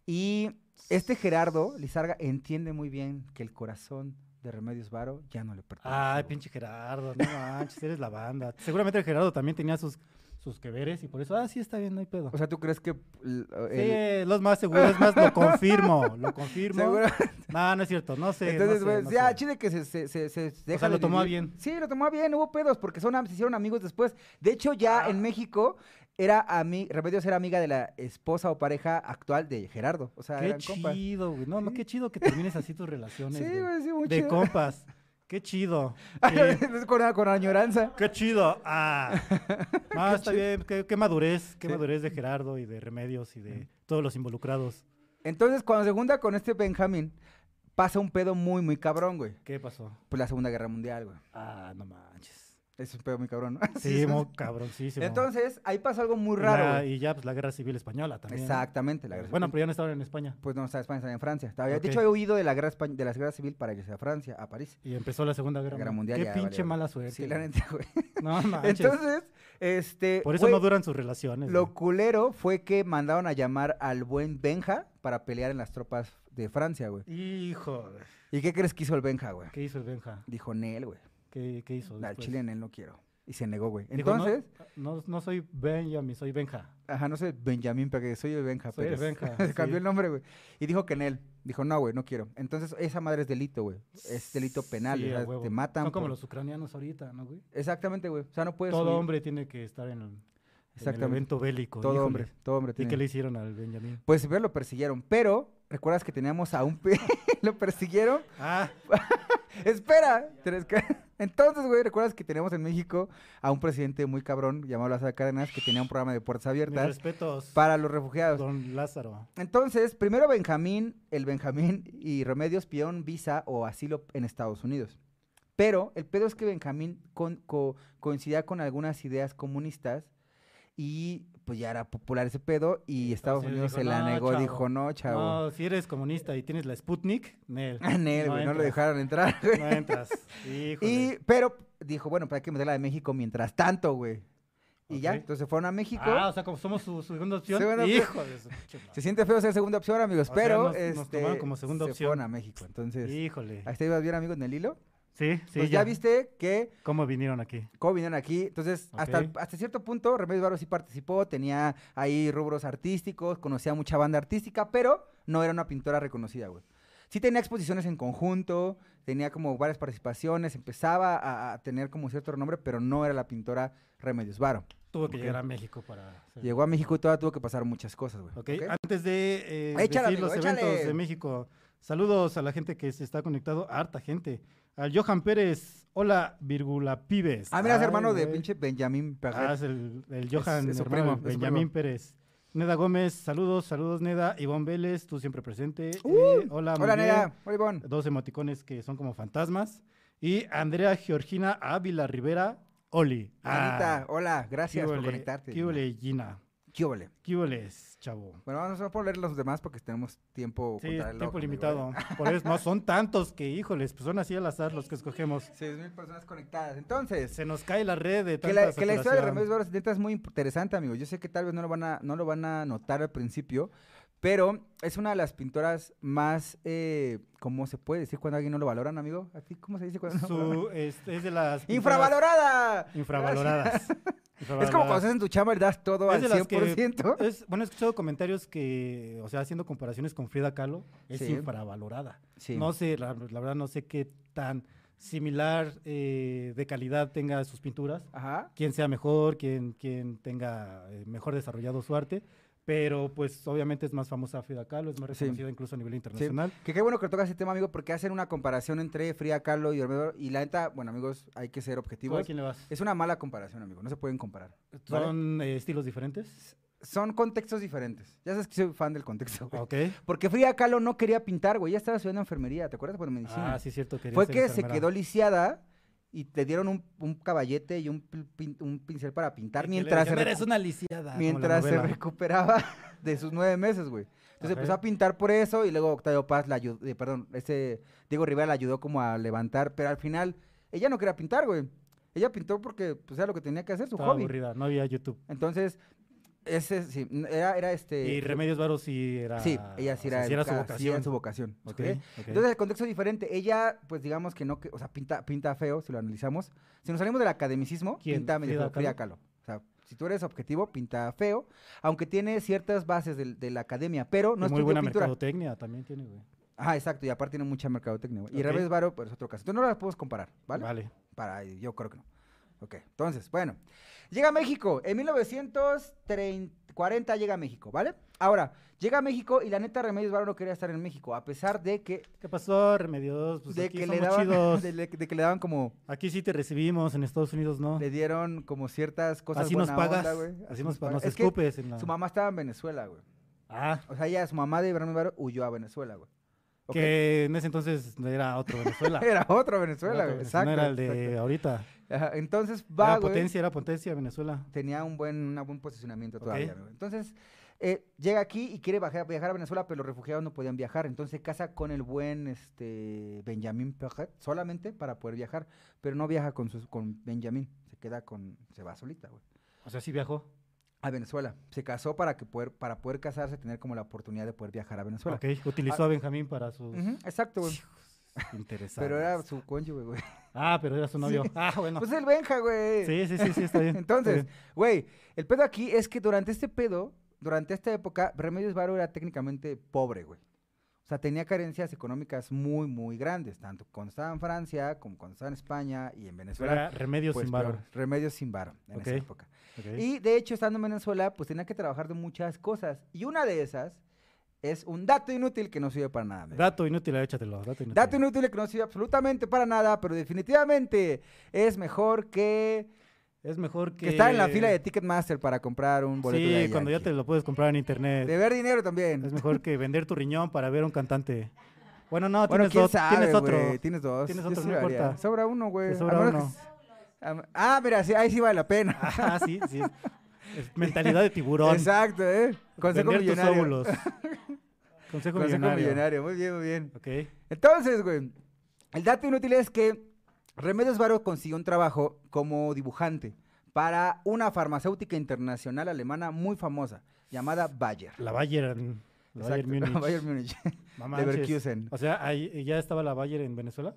y este Gerardo Lizarga entiende muy bien que el corazón de Remedios Varo ya no le pertenece.
Ay,
güey.
pinche Gerardo, no manches, eres la banda. Seguramente el Gerardo también tenía sus, sus que veres y por eso, ah, sí, está bien, no hay pedo.
O sea, ¿tú crees que l- el-
sí, los más seguros, es más, lo confirmo, lo confirmo.
seguro-
No, no es cierto, no sé. no
Entonces,
sé,
güey,
no
ya,
sé.
chile que se, se, se, se deja
sea, lo
de
tomó
vivir.
bien.
Sí, lo tomó bien, hubo pedos porque son, am- se hicieron amigos después. De hecho, ya
Ah.
en México era a Remedios era amiga de la esposa o pareja actual de Gerardo. O sea,
Qué
eran compas.
chido, güey. No, no, qué chido que termines así tus relaciones.
Sí,
güey.
güey, sí, muy
De
chido.
compas. Qué chido.
Ay,
Sí.
es con, con añoranza.
Qué chido. Ah. No, está
chido.
bien. Qué, qué madurez. Qué
Sí.
madurez de Gerardo y de Remedios y de todos los involucrados.
Entonces, cuando se junta con este Benjamín, pasa un pedo muy, muy cabrón, güey.
¿Qué pasó?
Pues la Segunda Guerra Mundial, güey.
Ah, no manches.
Es un pedo muy cabrón, ¿no?
Sí, mo- cabroncísimo.
Entonces, ahí pasó algo muy
Y
raro,
la-
güey.
y ya, pues la guerra civil española también. ¿no?
Exactamente, la guerra
Bueno,
civil.
pero ya no estaban en España.
Pues no, está en España, está en Francia. Estaba-
Ok.
De hecho, he huido de la guerra, espa- de la guerra civil para irse a Francia, a París.
Y empezó la Segunda Guerra,
La Guerra Mundial.
Qué
ya
pinche
valió.
mala suerte.
Sí, la
güey.
neta, güey.
No manches.
Entonces, este.
Ah, Por eso
güey,
no duran sus relaciones.
Lo
güey.
culero fue que mandaron a llamar al buen Benja para pelear en las tropas de Francia, güey.
Hijo. de-
¿Y qué crees que hizo el Benja, güey?
¿Qué hizo el Benja?
Dijo Nel, güey.
¿Qué, qué hizo?
Al
después?
chile Nel no quiero. Y se negó, güey.
Pues, Dijo, no,
Entonces,
no, no, soy Benjamin, soy Benja.
ajá, no sé, Benjamín, porque soy el Benja.
Soy el
Pérez.
Benja,
Se cambió
sí.
el nombre, güey. Y dijo que Nel. Dijo, no, güey, no quiero. Entonces, esa madre es delito, güey. Es delito penal.
Sí,
o
a
sea,
huevo.
te matan.
Son como
por-
los ucranianos ahorita, ¿no, güey?
Exactamente, güey. O sea, no puedes.
Todo
huir.
hombre tiene que estar en el, en el
Exactamente.
evento bélico.
Todo
híjole.
hombre. Todo hombre.
¿Y
tiene-
qué le hicieron al Benjamín?
Pues pero lo persiguieron, pero recuerdas que teníamos a un pe- lo persiguieron.
Ah,
Espera, tres ca- entonces, güey, recuerdas que teníamos en México a un presidente muy cabrón llamado Lázaro Cárdenas que tenía un programa de puertas
mis
abiertas
respetos,
para los refugiados.
don Lázaro.
Entonces, primero Benjamín, el Benjamín y Remedios pidieron visa o asilo en Estados Unidos. Pero el pedo es que Benjamín con- co- coincidía con algunas ideas comunistas y pues ya era popular ese pedo y Estados
Unidos
Unidos
dijo,
se la
"No,
negó,
chavo,
dijo, no, chavo.
No, si eres comunista y tienes la Sputnik, Nel.
En él, güey, no, lo
entras,
dejaron entrar, güey.
No entras. Híjole.
Y, pero dijo, bueno, pues hay que meter la de México mientras tanto, güey. Y ya,
Ok.
entonces fueron a México.
Ah, o sea, como somos su, su segunda opción.
Segunda opción.
Hijo de su pinche
Se
madre.
siente feo ser segunda opción, amigos,
O sea,
pero
nos- nos
este,
tomaron como segunda
se
opción.
fueron a México. Entonces,
Híjole.
ahí ibas bien, amigos, en el hilo.
Sí, sí.
Ah, pues ya. viste que
¿Cómo vinieron aquí?
cómo vinieron aquí. Entonces, hasta, el-
Ok.
hasta cierto punto, Remedios Varo sí participó, tenía ahí rubros artísticos, conocía mucha banda artística, pero no era una pintora reconocida, güey. Sí tenía exposiciones en conjunto, tenía como varias participaciones, empezaba a, a tener como cierto renombre, pero no era la pintora Remedios Varo.
Tuvo que
Ok.
llegar a México para. hacer-
Llegó a México y todavía tuvo que pasar muchas cosas, güey.
Ok,
¿ok?
antes de eh,
Échale,
decir los
amigo, échale.
eventos de México, saludos a la gente que se está conectado, harta gente. Al Johan Pérez, hola, vírgula, pibes.
Ah, mira, es
Ay,
hermano de
güey.
pinche Benjamín
Ah,
Pajar.
es el, el Johan,
es su
hermano
primo,
de
es su
Benjamín
primo.
Pérez. Neda Gómez, saludos, saludos Neda. Ivonne Vélez, tú siempre presente. Eh, hola, muy
Uh, Hola,
bien.
Nera. Hola, Ivonne.
Dos emoticones que son como fantasmas. Y Andrea Georgina Ávila Rivera, Oli. Ah,
Anita, hola, gracias por
quíbole,
conectarte. Gina.
quíbole, Gina.
¿Qué ole?
Quíboles, chavo.
Bueno, vamos a leer los demás porque tenemos tiempo.
Sí,
contra
es tiempo
el reloj, amigo,
limitado. Por eso, no, son tantos que, híjoles, pues son así al azar los que escogemos.
¿eh? 6.000 personas conectadas. Entonces,
Se nos cae la red de
que la,
tantas
que la historia de Remedios
saturación.
Varo neta es muy interesante, amigo. Yo sé que tal vez no lo van a, no lo van a notar al principio, pero es una de las pintoras más, eh, ¿cómo se puede decir cuando alguien no lo valoran, amigo? ¿A ti cómo se dice cuando no lo valoran?
Su, es, es de las... pinturas
¡Infravalorada!
Infravaloradas.
Es como cuando
Infravaloradas.
haces en tu chamba y das todo
Es
al
de las que-
100%.
Es- bueno, he escuchado comentarios que, o sea, haciendo comparaciones con Frida Kahlo, es
Sí.
infravalorada.
Sí.
No sé, la, la verdad no sé qué tan similar eh, de calidad tenga sus pinturas.
Ajá.
quién sea mejor, quién, quién tenga eh, mejor desarrollado su arte. Pero pues obviamente es más famosa Frida Kahlo, es más
Sí.
reconocida incluso a nivel internacional.
Que qué bueno que tocas ese tema, amigo, porque hacen una comparación entre Frida Kahlo y Olmedo. Y la neta, bueno, amigos, hay que ser
¿Tú a
objetivos.
quién le vas?
Es una mala comparación, amigo. No se pueden comparar. ¿vale?
¿Son eh, estilos diferentes?
son contextos diferentes. Ya sabes que soy fan del contexto, güey.
Ok.
Porque Frida Kahlo no quería pintar, güey. Ya estaba estudiando enfermería, ¿te acuerdas? Por medicina.
Ah, sí, cierto. quería
Fue
ser
que se
enfermera.
quedó lisiada y te dieron un, un caballete y un, pin- pin- un pincel para pintar
Y que le
mientras, se,
decían,
recu-
"Eres una lisiada. Ah, como la
mientras se
novela.
recuperaba de sus nueve meses, güey. Entonces
Ok.
empezó a pintar por eso y luego Octavio Paz la ayudó, perdón, este Diego Rivera la ayudó como a levantar, pero al final ella no quería pintar, güey. Ella pintó porque pues, era lo que tenía que hacer, su
Estaba
hobby.
aburrida, no había YouTube.
Entonces, ese sí, n- era, era este.
Y Remedios Varos sí era.
Sí, ella sí
o sea,
era,
su
educada, sí era
vocación.
su vocación.
Ok,
¿ok?
ok.
Entonces el contexto es diferente. Ella, pues digamos que no, que, o sea, pinta, pinta feo, si lo analizamos. Si nos salimos del academicismo,
¿Quién?
pinta medio
¿Frida
feo, Frida Kahlo. O sea, si tú eres objetivo, pinta feo, aunque tiene ciertas bases del- de, la academia, pero no
Y muy
estudió
buena
pintura.
mercadotecnia también tiene, güey.
Ajá, exacto, y aparte tiene mucha mercadotecnia. güey. Y
Ok.
Revés Varo, pues es otro caso. Entonces no las podemos comparar, ¿vale?
Vale.
Para, yo creo que no. Ok, entonces, bueno. Llega a México. En 1940 llega a México, ¿vale? Ahora, llega a México y la neta Remedios Varo no quería estar en México, a pesar de que,
¿Qué pasó, Remedios? Pues
de
aquí
que, le
somos
daban,
chidos.
de, le- de que le daban como,
Aquí sí te recibimos, en Estados Unidos no.
le dieron como ciertas cosas
Así nos
buena
pagas.
onda, güey.
así nos
pagas.
pagas. Nos
Es que
escupes en la-
Su mamá estaba en Venezuela, güey.
Ah,
O sea, ella, su mamá de Remedios Varo huyó a Venezuela, güey. Ok.
que en ese entonces no era otro Venezuela.
Era otro
Era
Venezuela,
otro
güey.
Venezuela,
Exacto.
No era el de
exacto.
ahorita.
Ajá, Entonces va,
era
güey.
potencia, era potencia Venezuela.
tenía un buen, una buen posicionamiento
Ok.
todavía. ¿no? Entonces, eh, llega aquí y quiere baja- viajar a Venezuela, pero los refugiados no podían viajar. Entonces se casa con el buen este, Benjamín Perret solamente para poder viajar, pero no viaja con, sus, con Benjamín, se queda con, se va solita, güey.
O sea, sí viajó.
A Venezuela. Se casó para que poder, para poder casarse, tener como la oportunidad de poder viajar a Venezuela.
Ok, utilizó a Benjamín para sus
Ujú, exacto, güey.
interesados.
Pero era su cónyuge, güey.
Ah, pero era su novio. Ah, bueno.
Pues el Benja, güey.
sí, sí, sí, sí, está bien. está
Entonces,
bien.
güey, el pedo aquí es que durante este pedo, durante esta época, Remedios Varo era técnicamente pobre, güey. O sea, tenía carencias económicas muy, muy grandes, tanto cuando estaba en Francia, como cuando estaba en España y en Venezuela.
era Remedios
pues,
sin
peor.
valor.
Remedios sin varo en
Ok.
esa época. Y de hecho, estando en Venezuela, pues tenía que trabajar de muchas cosas. Y una de esas es un dato inútil que no sirve para nada. amigo.
Dato inútil, échatelo. Dato inútil.
Dato inútil que no sirve absolutamente para nada, pero definitivamente es mejor que
Es mejor que.
que está en la fila de Ticketmaster para comprar un boleto de
Sí,
Daddy
cuando ya te
Yankee.
lo puedes comprar en internet.
Deber dinero también.
Es mejor que vender tu riñón para ver a un cantante. Bueno, no,
bueno,
tienes,
quién
ot-
sabe,
tienes otro.
güey, Tienes dos.
Tienes
Yo
otro,
sí
no
lo haría.
importa.
Sobra uno, güey.
Te
A
sobra
menos que
uno.
s- a- Ah, mira, sí, ahí sí vale la pena.
Ah, sí, sí. Es mentalidad de tiburón.
Exacto, ¿eh? Consejo
Vender tus
millonario.
óvulos. Consejo,
Consejo
millonario.
millonario. Muy bien, muy bien.
Ok.
Entonces, güey, el dato inútil es que Remedios Varo consiguió un trabajo como dibujante para una farmacéutica internacional alemana muy famosa llamada Bayer.
La Bayern. La Bayern
Exacto,
Múnich.
Bayern Múnich.
No manches.
Leverkusen.
O sea, ahí ya estaba la Bayern en Venezuela.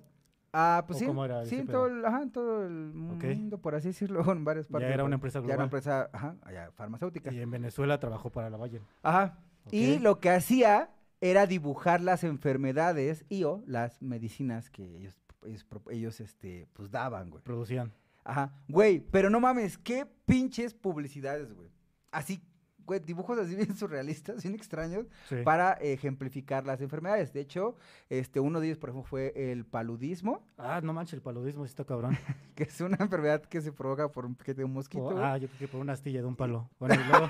Ah, pues
¿O
sí.
cómo era
sí,
ese
en
pedo?
todo, el, ajá, en todo el
Ok.
mundo, por así decirlo, en varias partes.
era
del
una
país.
empresa
Ya
global.
era una empresa, ajá, allá, farmacéutica.
Y en Venezuela trabajó para la Bayern.
Ajá. Y
Ok.
lo que hacía era dibujar las enfermedades y o las medicinas que ellos, ellos, pro- ellos, este, pues daban, güey.
Producían.
Ajá. Güey, pero no mames, qué pinches publicidades, güey. Así, güey, dibujos así bien surrealistas, bien extraños,
Sí.
para ejemplificar las enfermedades. De hecho, este, uno de ellos, por ejemplo, fue el paludismo.
Ah, no manches, el paludismo sí está cabrón.
que es una enfermedad que se provoca por un piquete de un mosquito.
O-
güey.
ah, yo creo que por una astilla de un palo. Bueno, y luego.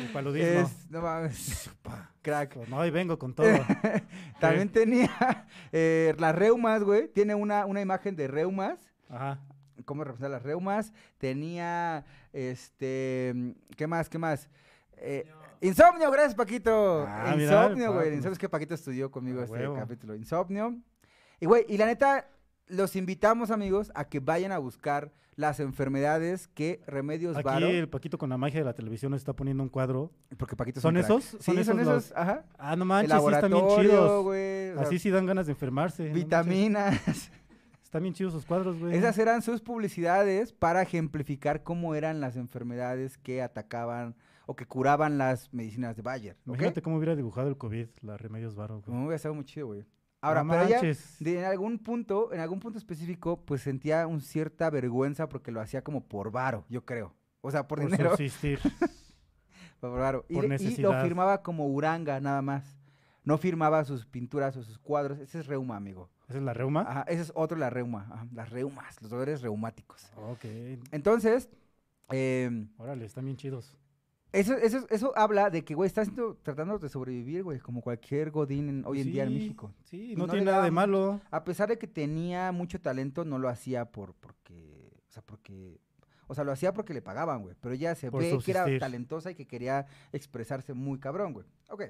el paludismo.
es, no mames, crack.
Pues, No, hoy vengo con todo.
También tenía eh, las reumas, güey. Tiene una, una imagen de reumas.
Ajá.
¿Cómo representar las reumas? Tenía, este, mm, ¿qué más? ¿Qué más? Eh, insomnio, gracias, Paquito.
Ah, mira, el
insomnio,
Paco
güey.
nos-
Insomnio es que Paquito estudió conmigo
A
este
huevo.
capítulo. Insomnio. Y, güey, y la neta, los invitamos, amigos, a que vayan a buscar las enfermedades que Remedios
Aquí
Varo...
el Paquito con la magia de la televisión nos está poniendo un cuadro.
Porque Paquito es
¿Son
un crack.
esos?
Sí,
¿Son
son esos,
esos los-
ajá.
Ah, no
El
manches, sí están bien
laboratorio,
chidos.
güey. o sea,
Así sí dan ganas de enfermarse. no manches.
vitaminas.
Están bien chidos sus cuadros, güey.
Esas eran sus publicidades para ejemplificar cómo eran las enfermedades que atacaban o que curaban las medicinas de Bayer. ¿ok?
Imagínate cómo hubiera dibujado el COVID, la Remedios Varo. güey.
No, hubiera estado muy chido, güey. Ahora,
No
pero ella,
manches.
de- en algún punto, en algún punto específico, pues sentía una cierta vergüenza porque lo hacía como por varo, yo creo. O sea, por,
Por
dinero.
subsistir.
Por raro. Y,
Por
le- y lo
necesidad.
firmaba como Uranga, nada más. No firmaba sus pinturas o sus cuadros. Ese es reuma, amigo.
Esa es la reuma.
Ajá, ese es otro, la reuma. ajá, las reumas, los Ah. dolores reumáticos.
Ok.
Entonces, em,
Órale, están bien chidos.
Eso, eso, eso habla de que, güey, estás siendo- tratando de sobrevivir, güey, como cualquier godín en- hoy en día en
Pues Sí,
México.
Sí,
Y
no,
no
tiene
le
nada de
daban-
malo.
A pesar de que tenía mucho talento, no lo hacía por porque, o sea, porque, o sea, lo hacía porque le pagaban, güey. Pero ella se
Por
ve que
subsistir.
era talentosa y que quería expresarse muy cabrón, güey. Ok.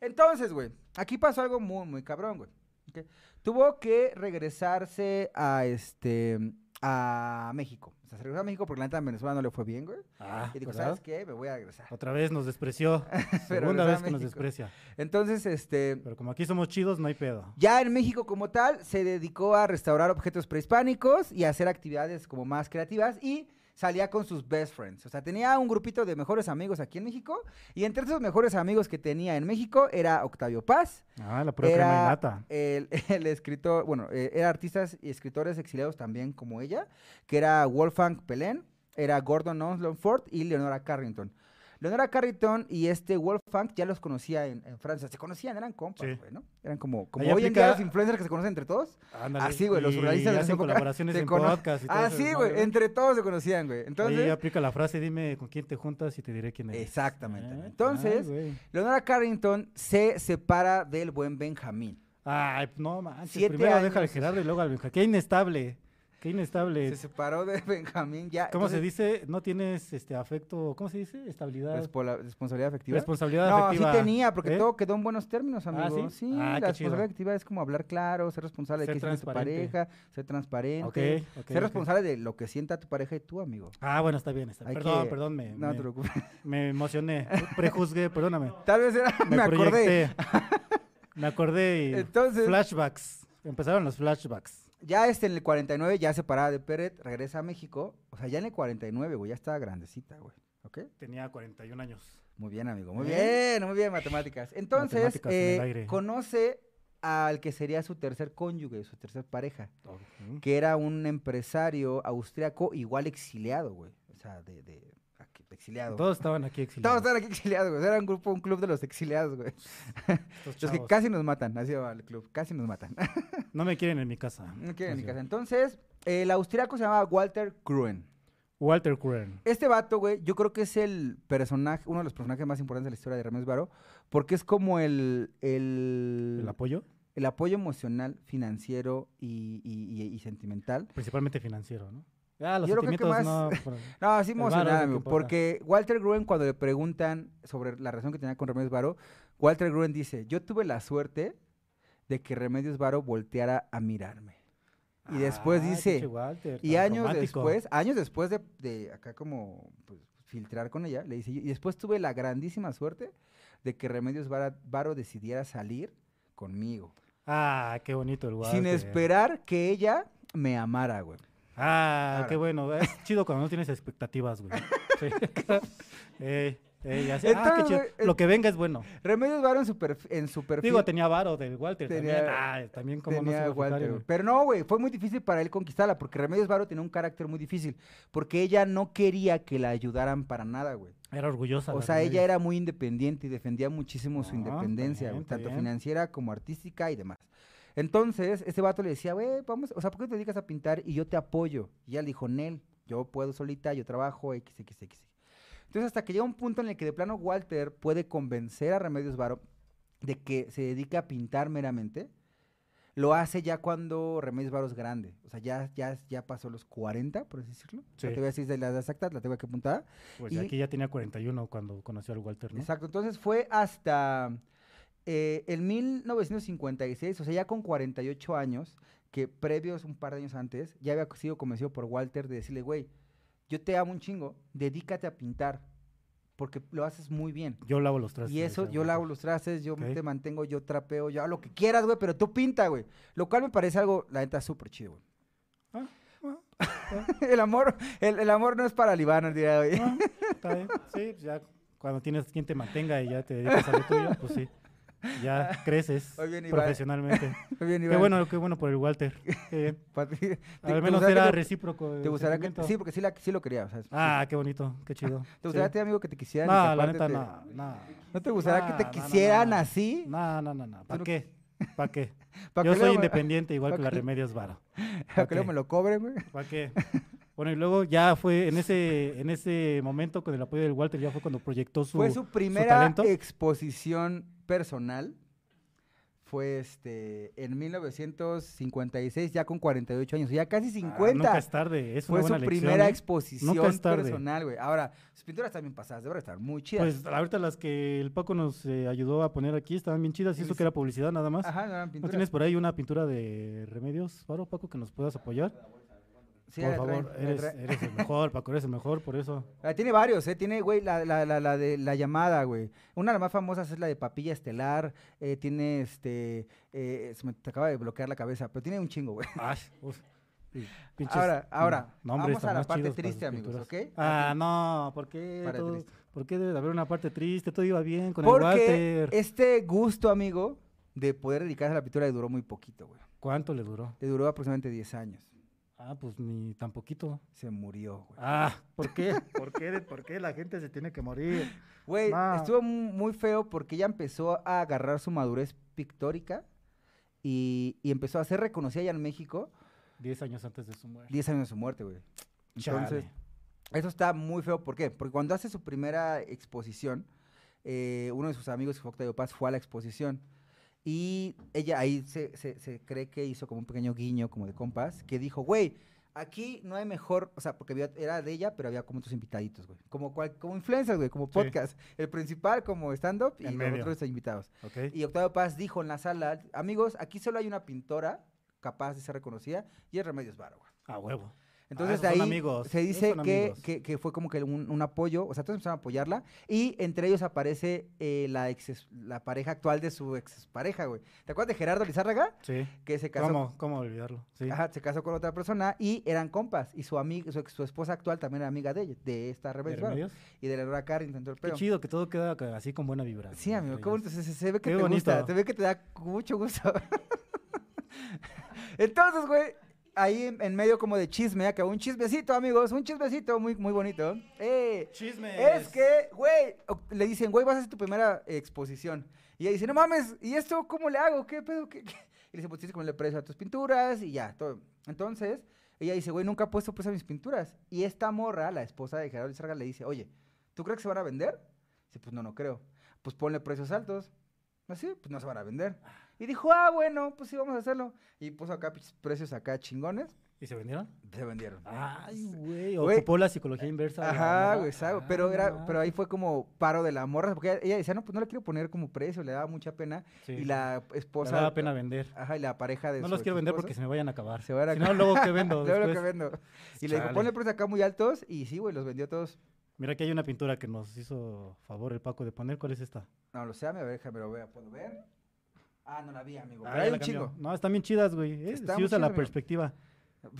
Entonces, güey, aquí pasó algo muy, muy cabrón, güey. Ok. Tuvo que regresarse a este a México. O sea, se regresó a México porque la neta en Venezuela no le fue bien, güey.
Ah,
Y dijo,
¿verdad?
¿sabes qué? Me voy a regresar.
Otra vez nos despreció. Segunda
regresó a
vez que nos
México.
desprecia.
Entonces, este,
Pero como aquí somos chidos, no hay pedo.
Ya en México como tal, se dedicó a restaurar objetos prehispánicos y a hacer actividades como más creativas y salía con sus best friends. O sea, tenía un grupito de mejores amigos aquí en México y entre esos mejores amigos que tenía en México era Octavio Paz,
Ah, la prueba crema y
era
nata.
el, el escritor, bueno, eh, era artistas y escritores exiliados también como ella, que era Wolfgang Pelén, era Gordon Onslow Ford y Leonora Carrington. Leonora Carrington y este Wolfgang ya los conocía en, en Francia, se conocían, eran compas,
Sí.
güey, ¿no? Eran como, como
Ahí
hoy en día
aplica-
los influencers que se conocen entre todos.
Ándale.
Así, güey, los
Y
surrealistas
hacen
son como-
colaboraciones
se
en
cono-
podcast y todo eso,
Así,
¿no? pues,
güey, entre todos se conocían, güey.
Ahí
Entonces,
aplica la frase, dime con quién te juntas y te diré quién eres.
Exactamente,
Ah,
¿no? Entonces-
ay, güey.
Leonora Carrington se separa del buen Benjamín.
Ay, no manches.
Siete
primero deja al
años.
Gerardo y luego al Benja. Qué inestable. Qué inestable.
Se separó de Benjamín ya.
¿Cómo se
entonces,
dice? No tienes este afecto. ¿cómo se dice? Estabilidad.
respola- responsabilidad afectiva.
Responsabilidad
No,
afectiva.
sí tenía, porque
¿eh?
todo quedó en buenos términos,
Ah,
amigo.
¿sí?
sí,
Ah, qué
la
chido.
responsabilidad afectiva es como hablar claro, ser responsable
Ser
de qué siente tu
transparente.
pareja, ser transparente,
Ok, ok,
ser
ok.
responsable de lo que sienta tu pareja y tú, amigo.
Ah, bueno, está bien. Está.
Hay
Perdón,
que-
perdón, me,
No
me-
te preocupes.
me emocioné. Prejuzgué, perdóname.
Tal vez era, me,
Me,
acordé. Eh,
proyecté. Me acordé y.
Entonces,
Flashbacks. Empezaron los flashbacks.
ya este en el 49, ya separada de Pérez, regresa a México. O sea, ya en el 49, güey, ya estaba grandecita, güey. ¿Ok?
Tenía 41 años.
Muy bien, amigo. Muy
¿Eh?
bien, muy bien, matemáticas. Entonces,
Matemáticas en el
eh,
aire.
conoce al que sería su tercer cónyuge, su tercer pareja, que era un empresario austriaco igual exiliado, güey. O sea, de, de- aquí, de exiliado.
Todos estaban aquí
Todos
exiliados.
estaban aquí exiliados, güey. Era un grupo, un club de los exiliados, güey.
estos
Los que
chavos.
casi nos matan, así va el club, casi nos matan.
No me quieren en mi casa.
No quieren ni
Así.
casa. Entonces, el austriaco se llamaba Walter Gruen.
Walter Curran.
Este vato, güey, yo creo que es el personaje, uno de los personajes más importantes de la historia de Hermes Varo, porque es como el, el,
¿El apoyo?
el apoyo emocional, financiero y, y- y- y sentimental.
Principalmente financiero, ¿no? Ah, los
Yo creo que
sentimientos
más-
no. pero-
No, así
El varo es
emocional,
lo que
amigo,
importa.
porque Walter Gruen, cuando le preguntan sobre la relación que tenía con Remedios Varo, Walter Gruen dice, yo tuve la suerte de que Remedios Varo volteara a mirarme. Y después
Ah,
dice,
pinche Walter,
Y
tan
años
romántico.
después, años después de, de acá como pues, filtrar con ella, le dice, y después tuve la grandísima suerte de que Remedios Vara- Varo decidiera salir conmigo,
Ah, qué bonito el Walter.
sin esperar que ella me amara, güey.
Ah,
Claro.
qué bueno. Es chido cuando no tienes expectativas, güey. Sí. Ey, ey, ya sé. Ah, qué
Entonces,
chido.
güey, el-
Lo que venga es bueno.
Remedios Varo en su, perfil, en su perfil
Digo, tenía varo del Walter también.
Tenía-
Ah, también como no se
tenía
iba a fijar,
Walter,
güey.
güey. Pero no, güey, fue muy difícil para él conquistarla, porque Remedios Varo tenía un carácter muy difícil, porque ella no quería que la ayudaran para nada, güey.
Era orgullosa.
O
la
sea,
Remedios.
ella era muy independiente y defendía muchísimo su
Ah, está
independencia,
bien,
güey,
está
tanto
bien.
financiera como artística y demás. Entonces, este vato le decía, güey, vamos, o sea, ¿por qué te dedicas a pintar y yo te apoyo? Y ella le dijo, Nel, yo puedo solita, yo trabajo, x, x, x. Entonces, hasta que llega un punto en el que de plano Walter puede convencer a Remedios Varo de que se dedica a pintar meramente, lo hace ya cuando Remedios Varo es grande. O sea, ya, ya, ya pasó los 40, por así decirlo. O sea,
Sí.
te voy a decir de las exactas, la tengo aquí apuntada.
Pues
y-
aquí ya tenía 41 cuando conoció al Walter, ¿no?
Exacto, entonces fue hasta eh, el 1956, o sea, ya con 48 años, que previos un par de años antes, ya había sido convencido por Walter de decirle, güey, yo te amo un chingo, dedícate a pintar, porque lo haces muy bien.
Yo lavo los trastes.
Y eso, yo lavo los trastes, yo
Ok.
te mantengo, yo trapeo, yo hago lo que quieras, güey, pero tú pinta, güey. Lo cual me parece algo, la neta, súper chido, güey.
Ah, ah,
el amor, el, el amor no es para Libano el día de hoy.
Ah, está bien. Sí, pues ya cuando tienes quien te mantenga y ya te dedicas a lo tuyo, pues sí. Ya creces
Muy bien, Iván.
profesionalmente.
Muy bien,
Qué
Iván.
bueno, qué bueno por el Walter. Qué bien.
Pa- ¿Te- te
Al menos
gustaría
era
que te-
recíproco. el
¿Te gustaría que.?
sentimiento.
Sí, porque sí, la, sí lo quería. o sea, sí.
Ah, qué bonito, qué chido.
¿Te gustaría,
Sí.
a ti, amigo, que te quisieran? y que
No, la
aparte
neta,
te-
no, no.
¿No te gustaría
Nah,
que
no,
te
no, no,
quisieran
no.
así?
No, no, no, no.
Tú
¿Para
no-
qué? ¿Para qué?
Pa'
Yo soy
que luego me-
independiente igual
pa'
que la
que-
Remedios Varo.
pa' que luego
Ok.
me lo cobren, güey.
¿Para qué? Bueno, y luego ya fue en ese, en ese momento con el apoyo del Walter, ya fue cuando proyectó su... "Ah,
Fue su primera
talento?
exposición personal. Fue este en 1956, ya con 48 años, ya casi
Ah,
50.
nunca es tarde, es una
fue su
buena lección,
primera
¿eh?
exposición
Nunca es tarde.
personal, güey. Ahora, sus pinturas también pasadas, deben estar muy chidas.
Pues ahorita las que el Paco nos eh, ayudó a poner aquí estaban bien chidas, y eso
Elis-
que era publicidad nada más.
Ajá, no eran
¿No
pinturas.
tienes por ahí una pintura de remedios, Varo, Paco, que nos puedas apoyar?
Sí,
por
la traen,
favor,
la
eres,
traen.
eres el mejor, Paco, eres el mejor, por eso.
Ah, Tiene varios, ¿eh? Tiene, güey, la, la, la, la de la llamada, güey. Una de las más famosas es la de Papilla Estelar. eh, tiene este. eh, se me te acaba de bloquear la cabeza, pero tiene un chingo, güey.
Uf, y pinches
Ahora, ahora,
nombres
vamos
tan
a la
más
parte
chidos para
triste,
sus
amigos, ¿ok?
pinturas. Ah, no, ¿por qué?
Parte
Todo,
triste.
¿Por qué debe de haber una parte triste? Todo iba bien con el
Porque
Walter.
este gusto, amigo, de poder dedicarse a la pintura le duró muy poquito, güey.
¿Cuánto le duró?
Le duró aproximadamente 10 años.
Ah, pues ni tan poquito.
Se murió, güey.
Ah, ¿por qué? ¿Por qué? ¿Por qué la gente se tiene que morir?
Güey,
no.
estuvo mu- muy feo porque ella empezó a agarrar su madurez pictórica y, y empezó a ser reconocida ya en México
Diez años antes de su muerte.
10 años de su muerte, güey. Entonces,
Chale.
Eso está muy feo, ¿por qué? Porque cuando hace su primera exposición, eh, uno de sus amigos, que fue Octavio Paz, fue a la exposición. Y ella ahí se, se- se cree que hizo como un pequeño guiño, como de compás, que dijo, güey, aquí no hay mejor, o sea, porque había- era de ella, pero había como otros invitaditos, güey. Como, cual- como influencers, güey, como podcast. El principal como stand-up y
En
los
medio.
otros invitados.
Ok.
Y Octavio Paz dijo en la sala, amigos, aquí solo hay una pintora capaz de ser reconocida y es Remedios Varo, güey".
A huevo.
Entonces
Ah, esos
de
son
ahí
amigos,
se
esos
dice
son
que,
amigos.
que- que fue como que un, un apoyo, o sea, todos empezaron a apoyarla y entre ellos aparece eh, la, ex, la pareja actual de su ex pareja, güey. ¿Te acuerdas de Gerardo Lizárraga?
Sí.
Que se casó,
¿Cómo? ¿Cómo olvidarlo? Sí.
ajá, se casó con otra persona y eran compas y su amiga, su, ex- su esposa actual también era amiga de ella, de esta
¿De
Rebel
remedios?
y de la Laura Carrington, intentó el
Qué
pedo.
chido que todo queda ca- así con buena vibra.
Sí, amigo, qué bonito. Se, se- se ve que
Qué
te gusta,
bonito.
te ve que te da mucho gusto. Entonces, güey, ahí en, en medio como de chisme, acabó un chismecito, amigos, un chismecito muy, muy bonito. Eh,
Chisme.
es que, güey, o- le dicen, güey, vas a hacer tu primera exposición. Y ella dice, no mames, ¿y esto cómo le hago? ¿Qué pedo? ¿Qué, qué?". Y le dice, pues tienes que ponerle precio a tus pinturas y ya, todo. Entonces, ella dice, güey, nunca he puesto precio a mis pinturas. Y esta morra, la esposa de Gerardo Lizarga, le dice, oye, ¿tú crees que se van a vender? Dice, pues no, no creo. Pues ponle precios altos. Así, pues no se van a vender. Y dijo, ah, bueno, pues sí, vamos a hacerlo. Y puso acá pinches precios acá chingones.
¿Y se vendieron?
Se vendieron.
Ay, güey.
Güey.
Ocupó la psicología inversa. de la
Ajá,
morra.
güey, exacto.
Ah,
Pero,
no
era,
mames.
pero ahí fue como paro de la morra, porque ella, ella decía, no, pues no le quiero poner como precio, le daba mucha pena.
Sí.
Y la
Me
esposa...
daba pena vender.
Ajá, y la pareja de
No
su
los quiero vender porque se
exesposa,
me vayan a acabar.
se van a
Si no, luego que vendo.
luego lo que
después.
vendo. Y le dijo,
Chale.
ponle precios acá muy altos, y sí, güey, los vendió todos.
Mira, aquí hay una pintura que nos hizo favor el Paco de poner. ¿Cuál es esta?
No, lo sé, a ver, déjame lo vea, ¿puedo ver? Ah, no la vi, amigo.
Ah,
Pero
ya
hay
la
un
cambió.
chingo.
No, están bien chidas, güey. eh,
Está
Sí
muy
usa
chido,
la
amigo.
perspectiva.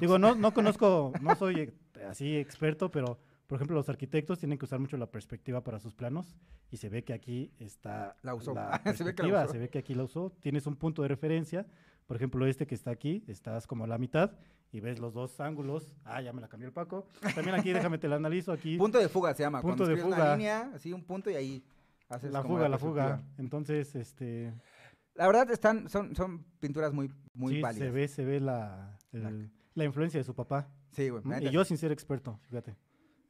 Digo, no, no conozco, no soy eh, así experto, pero por ejemplo, los arquitectos tienen que usar mucho la perspectiva para sus planos y se ve que aquí está
La usó. Se
perspectiva,
ve
se,
que la
ve
usó.
que aquí la usó. Tienes un punto de referencia, por ejemplo, este que está aquí, estás como a la mitad y ves los dos ángulos. Ah, ya me la cambió el Paco. También aquí déjame te la analizo aquí.
Punto de fuga se llama.
Punto
cuando
de
escribes
fuga.
Una línea, así un punto y ahí haces
La
como
fuga, la
perspectiva.
fuga. Entonces, este,
La verdad están, son, son pinturas muy, muy
sí,
válidas.
se ve, se ve la,
La-
el- la influencia de su papá.
Sí, güey.
¿no?
la
Mm, Y
neta.
yo sin ser experto, fíjate.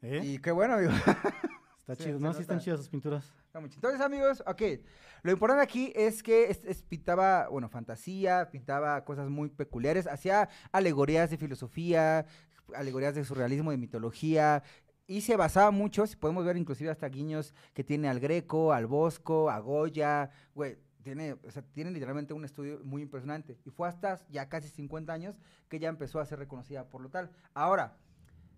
¿Eh?
Y qué bueno, amigo.
Está
Sí,
chido,
se
¿no? Sí están
nota.
chidas sus pinturas.
Está muy chido. Entonces, amigos, ok. Lo importante aquí es que es- es- pintaba, bueno, fantasía, pintaba cosas muy peculiares, hacía alegorías de filosofía, alegorías de surrealismo, de mitología, y se basaba mucho, si podemos ver inclusive hasta guiños que tiene al Greco, al Bosco, a Goya, güey. Tiene, o sea, tiene literalmente un estudio muy impresionante. Y fue hasta ya casi 50 años que ya empezó a ser reconocida por lo tal. Ahora,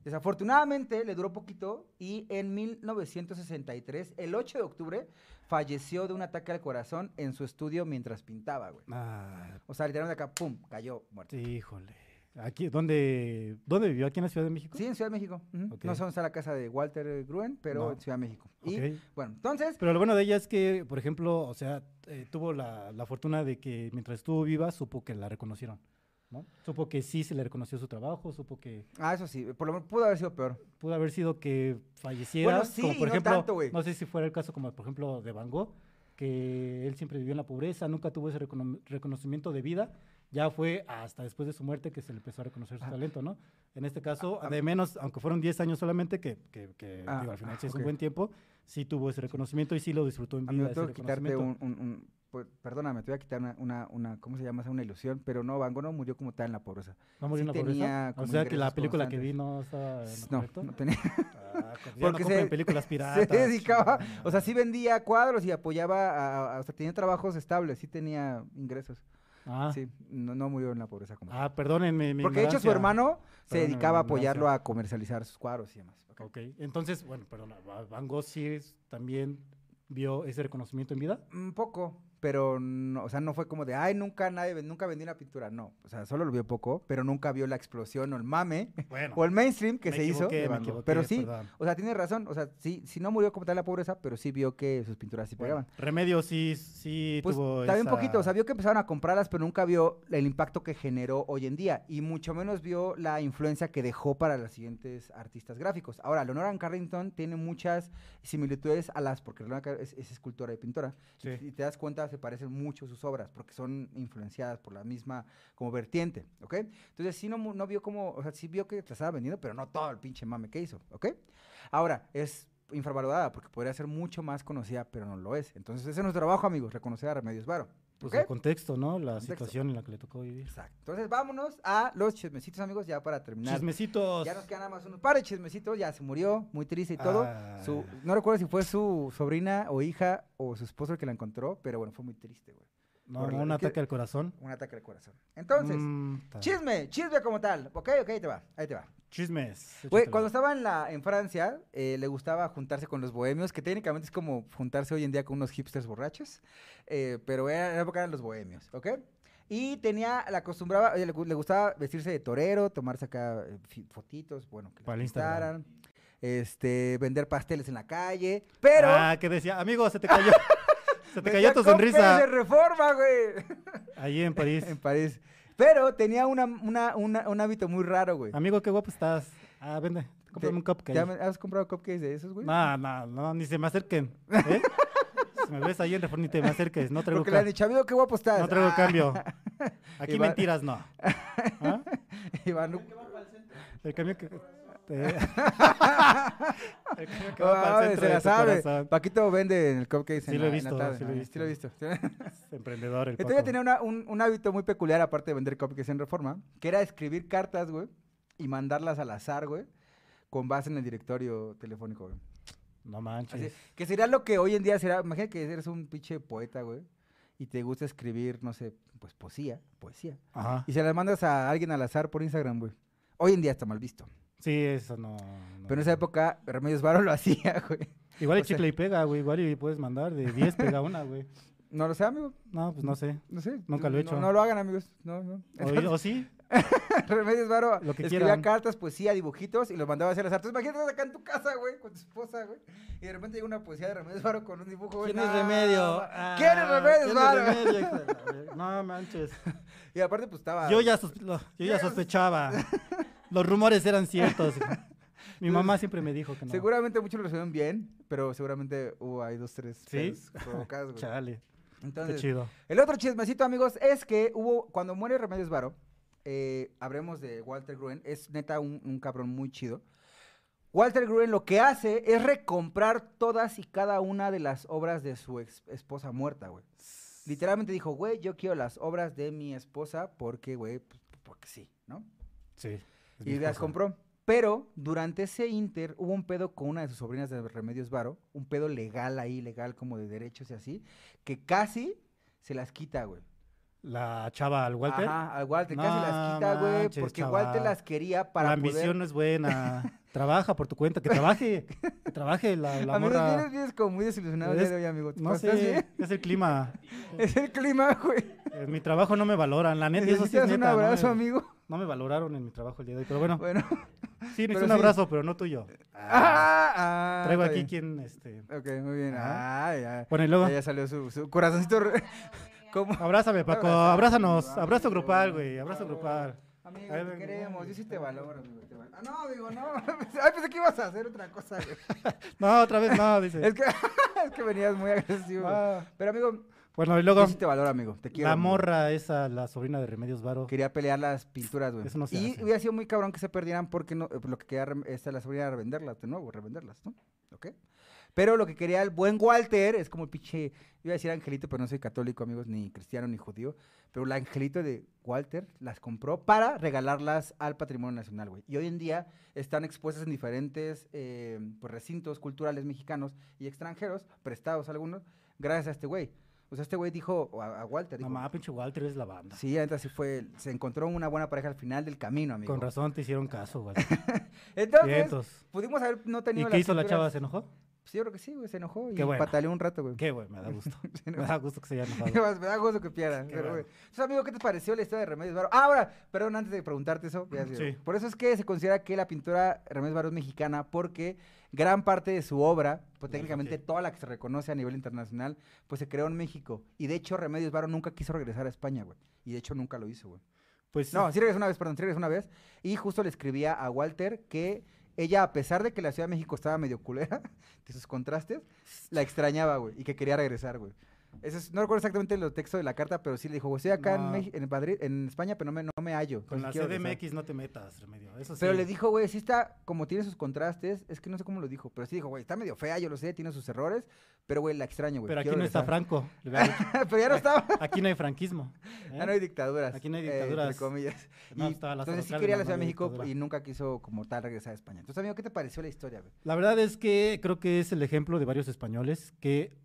Desafortunadamente le duró poquito y en 1963, el 8 de octubre, falleció de un ataque al corazón en su estudio mientras pintaba, güey.
Ah,
O sea, literalmente acá, pum, cayó muerto. Sí,
híjole. Aquí, ¿dónde, ¿Dónde vivió? ¿Aquí en la Ciudad de México?
en Ciudad de México. ujú.
Ok.
No son a la casa de Walter Gruen, pero
No.
en Ciudad de México. Y
Ok.
bueno, entonces,
Pero lo bueno de ella es que, por ejemplo, o sea, eh, tuvo la, la fortuna de que mientras estuvo viva, supo que la reconocieron, ¿no? Supo que sí se le reconoció su trabajo, supo que
ah, eso sí, por lo menos pudo haber sido peor.
pudo haber sido que falleciera.
sí
como
y
por
no
ejemplo,
tanto, güey.
no sé si fuera el caso como, por ejemplo, de Van Gogh, que él siempre vivió en la pobreza, nunca tuvo ese recono- reconocimiento de vida. ya fue hasta después de su muerte que se le empezó a reconocer su
Ah.
talento, ¿no? En este caso,
Ah, ah.
de menos, aunque fueron 10 años solamente, que, que- que,
Ah,
digo, al final
ah,
sí es
ok.
un buen tiempo, sí tuvo ese reconocimiento y sí lo disfrutó en vida.
Amigo,
ese
tengo que quitarte
reconocimiento.
un, un- un- pues, Perdóname, te voy a quitar una, una, una- ¿cómo se llama? esa? Una ilusión, pero no, Van Gogh no murió como tal en la pobreza.
¿No murió
sí
en la pobreza?
tenía
O
como
sea, que la
ingresos
película que vi
constantes.
no estaba en lo
No,
correcto.
no tenía.
Ah, pues ya
Porque
no compren
se-
películas piratas.
se dedicaba,
chingada.
o sea, sí vendía cuadros y apoyaba, a, a- o sea, tenía trabajos estables, sí tenía ingresos.
Ah,
Sí, no, no murió en la pobreza como tal.
ah, perdónenme mi
Porque de hecho su
ignorancia.
hermano se
Perdóname mi
dedicaba a
ignorancia.
apoyarlo a comercializar sus cuadros y demás. Ok.
Ok, entonces, bueno, perdón, ¿Va- Van Gogh sí es- también vio ese reconocimiento en vida.
Un Mm, poco, pero no, o sea, no fue como de, ay, nunca nadie, ven- nunca vendí una pintura, no. O sea, solo lo vio poco, pero nunca vio la explosión o el mame
Bueno,
o el mainstream que
me
se hizo.
equivoqué,
de
me
Van Gogh.
equivoqué,
pero sí,
perdón.
o sea, tiene razón, o sea, sí, sí no murió como tal la pobreza, pero sí vio que sus pinturas sí
Bueno,
pegaban.
Remedio sí, sí
Pues
tuvo
también
esa-
poquito, o sea, vio que empezaron a comprarlas, pero nunca vio el impacto que generó hoy en día y mucho menos vio la influencia que dejó para los siguientes artistas gráficos. Ahora, Leonora Carrington tiene muchas similitudes a las, porque Leonora Carrington es, es escultora y pintora,
Sí.
y, y te das cuenta, se parecen mucho sus obras, porque son influenciadas por la misma como vertiente, ¿ok? Entonces sí no, mu- no vio como, o sea, sí vio que la estaba vendiendo, pero no todo el pinche mame que hizo, ¿ok? Ahora, es infravalorada porque podría ser mucho más conocida, pero no lo es. Entonces, ese es nuestro trabajo, amigos, reconocer a Remedios Varo.
Pues
¿ok?
el contexto, ¿no? La
Contexto.
situación en la que le tocó vivir.
Exacto. Entonces, vámonos a los chismecitos, amigos, ya para terminar.
Chismecitos.
Ya nos quedan nada más unos par de chismecitos, ya se murió, muy triste y todo.
Ah.
Su- no recuerdo si fue su sobrina o hija o su esposo el que la encontró, pero bueno, fue muy triste, güey.
No,
por la-
un
¿qué?
ataque al corazón.
Un ataque al corazón. Entonces,
Mm, ta-
chisme, chisme como tal. Ok, ok, ahí te va, ahí te va.
Chismes.
Güey,
échatelo.
cuando estaba en, la, en Francia, eh, le gustaba juntarse con los bohemios, que técnicamente es como juntarse hoy en día con unos hipsters borrachos, eh, pero era, en la época eran los bohemios, ¿ok? Y tenía, la acostumbraba, eh, le, gu- le gustaba vestirse de torero, tomarse acá eh, fi- fotitos, bueno, que
Para el
le
Instagram.
gustaran, este, vender pasteles en la calle, pero...
Ah, que decía, amigo, se te cayó. se te
vendía
cayó tu
cócteles de
sonrisa.
reforma, güey,
Ahí en París.
en París. Pero tenía una, una, una- un hábito muy raro, güey.
Amigo, qué guapo estás. Ah, vende.
Te-
Cómprame un
¿Te
cupcake.
han- ¿Has comprado cupcakes de esos, güey?
No, no, no, ni se me acerquen. ¿eh? si me ves ahí en reforma, ni te me acerques. No traigo,
Porque le han
ca-
dicho, amigo, qué guapo estás.
no traigo
Ah.
cambio. Aquí
Iván-
mentiras, no. ¿Ah?
Y van un-
El cambio que. te- el cambio que va
Ah,
para el centro de
se la
tu
sabe.
corazón.
Paquito vende en el cupcake.
Sí
en
lo he
la- en la
visto,
tarde.
sí lo he
Ah,
visto.
sí lo he visto.
Es Emprendedor, el
Entonces yo
Paco.
Este tenía una- un, un hábito muy peculiar, aparte de vender cupcakes en Reforma, que era escribir cartas, güey, y mandarlas al azar, güey, con base en el directorio telefónico, güey.
No
Así-
manches.
que sería lo que hoy en día será. Imagina que eres un pinche poeta, güey, y te gusta escribir, no sé, pues poesía, poesía.
Ajá.
Y se las mandas a alguien al azar por Instagram, güey. Hoy en día está mal visto.
Sí, eso no. no.
Pero en esa época, Remedios Varo lo hacía, güey.
Igual el
o sea-
chicle y pega, güey. Igual y puedes mandar de 10 pega una, güey.
No lo sé, amigo.
No, pues no sé.
No sé.
Nunca lo he
no-
hecho.
No, lo hagan, amigos. No, no.
O,
Entonces,
o sí.
Remedios Varo
Lo que
escribía
quieran.
cartas, poesía, dibujitos y los mandaba a hacer las artes. Imagínate estás acá en tu casa, güey, con tu esposa, güey. Y de repente llega una poesía de Remedios Varo con un dibujo, güey. no, ma- Ah, ¿Quién es
Ah,
Remedios Varo?
Varo? No manches.
Y aparte, pues estaba.
Yo ya, sospe- lo- yo ya sospechaba. Los rumores eran ciertos. Mi mamá siempre me dijo que no.
Seguramente muchos lo recibieron bien, pero seguramente hubo ahí dos, tres.
Sí.
pedos provocados, güey.
Chale, qué
Entonces,
chido.
El otro chismecito, amigos, es que hubo, cuando muere Remedios Varo, eh, habremos de Walter Gruen, es neta un, un cabrón muy chido. Walter Gruen lo que hace es recomprar todas y cada una de las obras de su ex- esposa muerta, güey. Literalmente dijo, güey, yo quiero las obras de mi esposa porque, güey, pues, porque sí, ¿no?
Sí. es mi
y las
esposa.
compró. Pero durante ese inter hubo un pedo con una de sus sobrinas de Remedios Varo, un pedo legal ahí, legal como de derechos y así, que casi se las quita, güey.
La chava al Walter.
Ajá, al Walter casi las
No
quita, güey,
manches,
porque Walter
chaval.
las quería para
la ambición
poder...
no es buena. Trabaja por tu cuenta, que trabaje. Que trabaje la, la
Amigos,
morra.
vienes, vienes como muy desilusionado el día
Es-
de hoy, amigo. ¿Te
No
pasas bien?
sé, es el clima.
Es el clima, güey.
En mi trabajo no me valoran, la neta, y eso sí es
Necesitas un
neta, no me-
abrazo, amigo.
No me valoraron en mi trabajo el día de hoy, pero bueno,
Bueno.
sí, necesito
pero
un
sí.
abrazo, pero no tuyo.
Ah, ah,
Traigo
está
aquí
bien.
quien, este...
Ok, muy bien.
Ajá.
Ah, ya.
Bueno, y luego,
Ya, ya salió su, su corazoncito. re- ¿Cómo?
abrázame, Paco,
Abraza,
abrázanos,
amigo,
abrazo
amigo,
grupal, güey,
por
abrazo
favor.
grupal.
Amigo,
Ay,
te
ven,
queremos.
ven,
Yo sí te
ven.
valoro, amigo. te valoro. Ah, no, amigo, no. Ay, pensé que ibas a hacer otra cosa, güey.
No, otra vez no, dice.
Es que, es que venías muy agresivo. güey.
Ah,
Pero amigo,
Bueno, y luego
Yo sí te valoro, amigo. Te quiero.
la
amigo.
morra esa, la sobrina de Remedios Varo.
Quería pelear las pinturas, güey.
Eso no se
y
hace.
hubiera sido muy cabrón que se perdieran porque no, eh, lo que quería rem- esta, la sobrina era revenderlas de nuevo, revenderlas, ¿no? ¿Ok? Pero lo que quería el buen Walter es como el pinche, iba a decir angelito, pero no soy católico, amigos, ni cristiano, ni judío. Pero el angelito de Walter las compró para regalarlas al patrimonio nacional, güey. Y hoy en día están expuestas en diferentes eh, pues, recintos culturales mexicanos y extranjeros, prestados algunos, gracias a este güey. O sea, este güey dijo, o a, a Walter, dijo,
Mamá, pinche Walter es la banda.
Sí, la neta sí fue. el- Se encontró una buena pareja al final del camino, amigo.
Con razón te hicieron caso, Walter.
Entonces,
Vientos.
pudimos haber no
¿Y
tenido.
qué
las
hizo la
pinturas.
chava? ¿Se enojó?
Sí, yo creo que sí, güey. Se enojó y
Qué bueno.
pataleó un rato, güey.
Qué güey, me da gusto. me
no.
da gusto que se haya
Me
enojado.
da- me da gozo que pierda.
Qué
pero,
bueno.
güey. Entonces, amigo, ¿qué te pareció la historia de Remedios Varo? Ah, ahora, perdón, antes de preguntarte eso. ya sé,
Sí.
Por eso es que se considera que la pintura Remedios Varo es mexicana porque gran parte de su obra, pues técnicamente
sí.
toda la que se reconoce a nivel internacional, pues se creó en México. Y de hecho, Remedios Varo nunca quiso regresar a España, güey. Y de hecho, nunca lo hizo, güey.
Pues
No, sí regresó una vez, perdón, sí regresó una vez. Y justo le escribía a Walter que ella, a pesar de que la Ciudad de México estaba medio culera, de sus contrastes, la extrañaba, güey, y que quería regresar, güey. Eso es- no recuerdo exactamente el texto de la carta, pero sí le dijo, güey, estoy acá
No.
en, Meji- en Madrid, en España, pero no me, no me hallo.
con
entonces
la
pues quiero regresar".
CDMX no te metas, Remedio. Eso sí.
Pero le dijo, güey, sí está, como tiene sus contrastes, es que no sé cómo lo dijo, pero sí dijo, güey, está medio fea, yo lo sé, tiene sus errores, pero güey, la extraño, güey.
Pero aquí
quiero
no está
regresar".
Franco. le hubiera dicho.
pero ya no estaba,
Aquí no hay franquismo. ¿eh?
ya Ah, no hay dictaduras.
Aquí no hay
eh, entre
dictaduras.
comillas.
No,
Y
estaba la
entonces sí
Zaro
quería la
Cárdenas,
Ciudad
no
de
había
México
dictadura.
y nunca quiso como tal regresar a España. Entonces, amigo, ¿qué te pareció la historia? güey?
La verdad es que creo que es el ejemplo de varios españoles que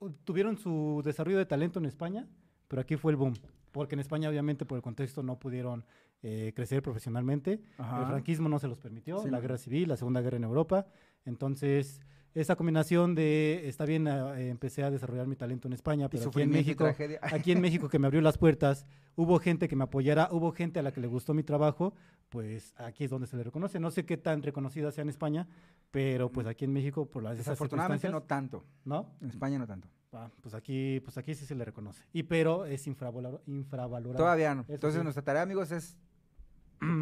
u- tuvieron su desarrollo de talento en España, pero aquí fue el boom. Porque en España, obviamente, por el contexto, no pudieron eh, crecer profesionalmente. El franquismo no se los permitió,
Sí,
la
no.
guerra civil, la segunda guerra en Europa. Entonces, esa combinación de, está bien, ah, eh, empecé a desarrollar mi talento en España,
Y
pero aquí en
sufrimiento y
México,
tragedia.
aquí en México que me abrió las puertas, hubo gente que me apoyara, hubo gente a la que le gustó mi trabajo, pues aquí es donde se le reconoce. No sé qué tan reconocida sea en España, pero pues aquí en México por las esas
Desafortunadamente no
circunstancias,
tanto.
¿no?
En España no tanto.
Ah, pues aquí, pues aquí sí se le reconoce. Y pero es infravalor- infravalorado.
Todavía no.
Eso
Entonces,
sí.
nuestra tarea, amigos, es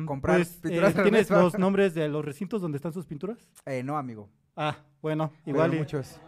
comprar
Pues, eh,
pinturas de
¿Tienes
Remedios
los
Varo.
nombres de los recintos donde están sus pinturas?
eh, no, amigo.
Ah, bueno,
pero
igual y
muchos.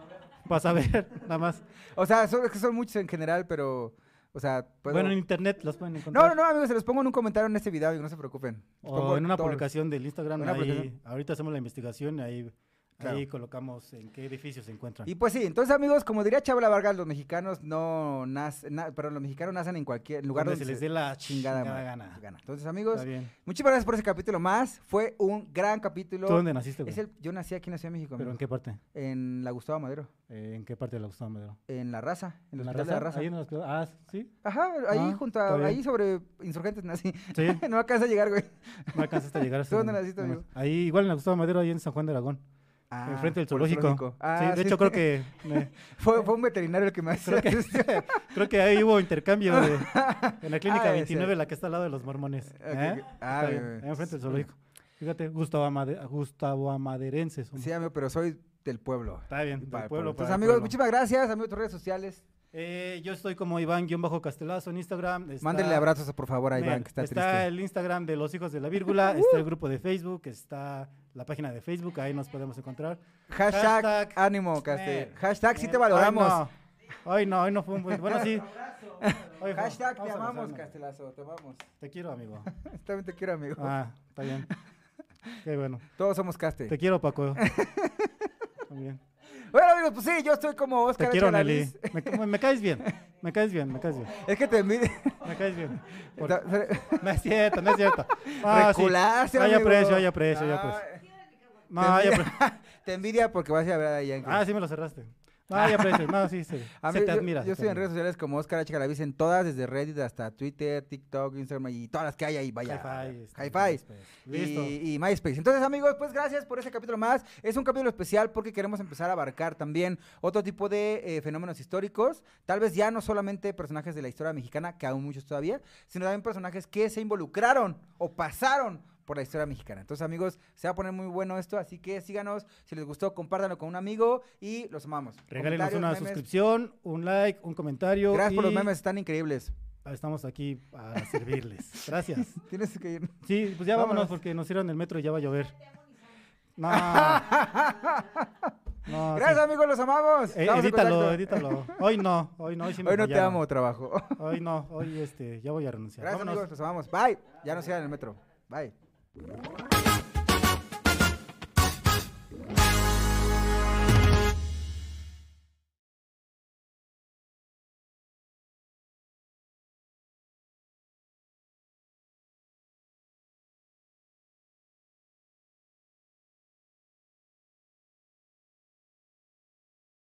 vas a ver, nada más.
O sea, son, es que son muchos en general, pero o sea, puedo-
Bueno, en internet las pueden
No,
encontrar.
no, no, amigos, se los pongo en un comentario en este video, amigo, no se preocupen. Les
O
pongo
en una
todos.
publicación del Instagram.
Una
ahí-
publicación.
ahorita hacemos la investigación y ahí,
Claro.
ahí colocamos en qué edificio se encuentran.
Y pues sí, entonces amigos, como diría Chabla Vargas, los mexicanos no nacen, perdón, los mexicanos nacen en cualquier lugar
donde
donde,
se les dé la
chingada,
chingada,
madre,
gana.
gana. Entonces, amigos,
Está bien.
Muchísimas gracias por ese capítulo más. Fue un gran capítulo.
¿Tú dónde naciste, güey?
Es el, yo nací aquí en la Ciudad de México,
¿Pero en
amigo.
qué parte?
en, la Gustavo Madero,
Eh, ¿En qué parte de la Gustavo Madero?
en La Raza, en el
la
Hospital de la Raza.
Ahí en el hospital. Ah, sí.
Ajá, ahí
Ah,
junto a,
está bien.
ahí sobre insurgentes nací.
Sí,
no alcanza a llegar, güey.
no alcanzaste a llegar. hasta
¿Tú dónde
donde-
naciste,
nada
amigo?
más. Ahí, igual en la Gustavo Madero, ahí en San Juan de Aragón.
Ah,
enfrente del
por el
zoológico. sí,
Ah,
de hecho, creo que, me-
fue, fue un veterinario el que me
creo,
hace.
que creo que ahí hubo intercambio de- en la
Ah,
clínica
debe
29,
ser.
la que está al lado de los mormones.
Ok,
¿eh?
ok. Ah,
Está bien,
bien, bien.
ahí enfrente del zoológico. Fíjate, Gustavo, Amade- Gustavo Amaderense. somos.
Sí, ah. amigo, pero soy del pueblo.
Está bien, del
Para el
pueblo.
Entonces,
para el
pues, amigos,
pueblo.
muchísimas gracias, amigos, tus redes sociales.
Eh, yo estoy como Iván-Castelazo en Instagram. Está-
Mándenle abrazos, por favor, a
Mira,
Iván, que está, triste. Uh.
el Instagram de los hijos de la vírgula, está el grupo de Facebook, está la página de Facebook, ahí nos podemos encontrar.
Hashtag,
hashtag-
ánimo,
Eh,
Castel. Hashtag sí
eh,
te valoramos.
Hoy no, hoy no, hoy no fue un buen... Bueno, sí. Hoy fue-
Hashtag te
vamos a
amamos,
abrazarnos.
Castelazo, te amamos.
Te quiero, amigo.
También te quiero, amigo.
Ah, está bien. Qué bueno.
Todos somos Castel.
Te quiero, Paco. También.
Bueno, amigos, pues sí, yo estoy como
Te
Oscar.
quiero, Nelly.
Chalanís.
Me, ca- me caes bien. Me caes bien, me caes bien.
Es que te envidio.
Me caes bien. Por-
Ta- re-
No es cierto, no es cierto. Ah, sí.
Reculaste,
Hay
amigo.
aprecio, hay aprecio, pues. hay
Ah,
aprecio. No,
te
hay
envidia-
aprecio.
Te envidia porque vas a ir a ver a Yankee.
Ah, sí me lo cerraste. No, ya aprecio. No, sí, sí.
A
se
mí-
te
yo-
admira.
Yo,
se te
estoy en
admira.
redes sociales como Oscar H. Galaviz en todas, desde Reddit hasta Twitter, TikTok, Instagram y todas las que hay ahí, vaya.
Hi-Fi, este,
Hi-Fi.
MySpace. Listo.
y, y MySpace. Entonces, amigos, pues gracias por ese capítulo más. Es un capítulo especial porque queremos empezar a abarcar también otro tipo de eh, fenómenos históricos. Tal vez ya no solamente personajes de la historia mexicana, que aún muchos todavía, sino también personajes que se involucraron o pasaron por la historia mexicana. Entonces, amigos, se va a poner muy bueno esto, así que síganos. Si les gustó, compártanlo con un amigo y los amamos.
Regálenos
Comentarios,
una
memes.
suscripción, un like, un comentario.
Gracias por los
y ah,
memes, están increíbles.
Estamos aquí para servirles. Gracias.
Tienes que ir.
Sí, pues ya vámonos,
Vámonos.
porque nos cierran el metro y ya va a llover. No. No, No,
Gracias,
Ah, sí.
amigos, los amamos.
Eh,
Estamos en
edítalo,
contacto.
edítalo. Hoy no, hoy no. Hoy, sí me
Hoy no te
fallaron.
amo, trabajo.
Hoy no, hoy este, ya voy a renunciar.
Gracias,
Vámonos.
amigos, los amamos. Bye. Ya no sigan en el metro. Bye.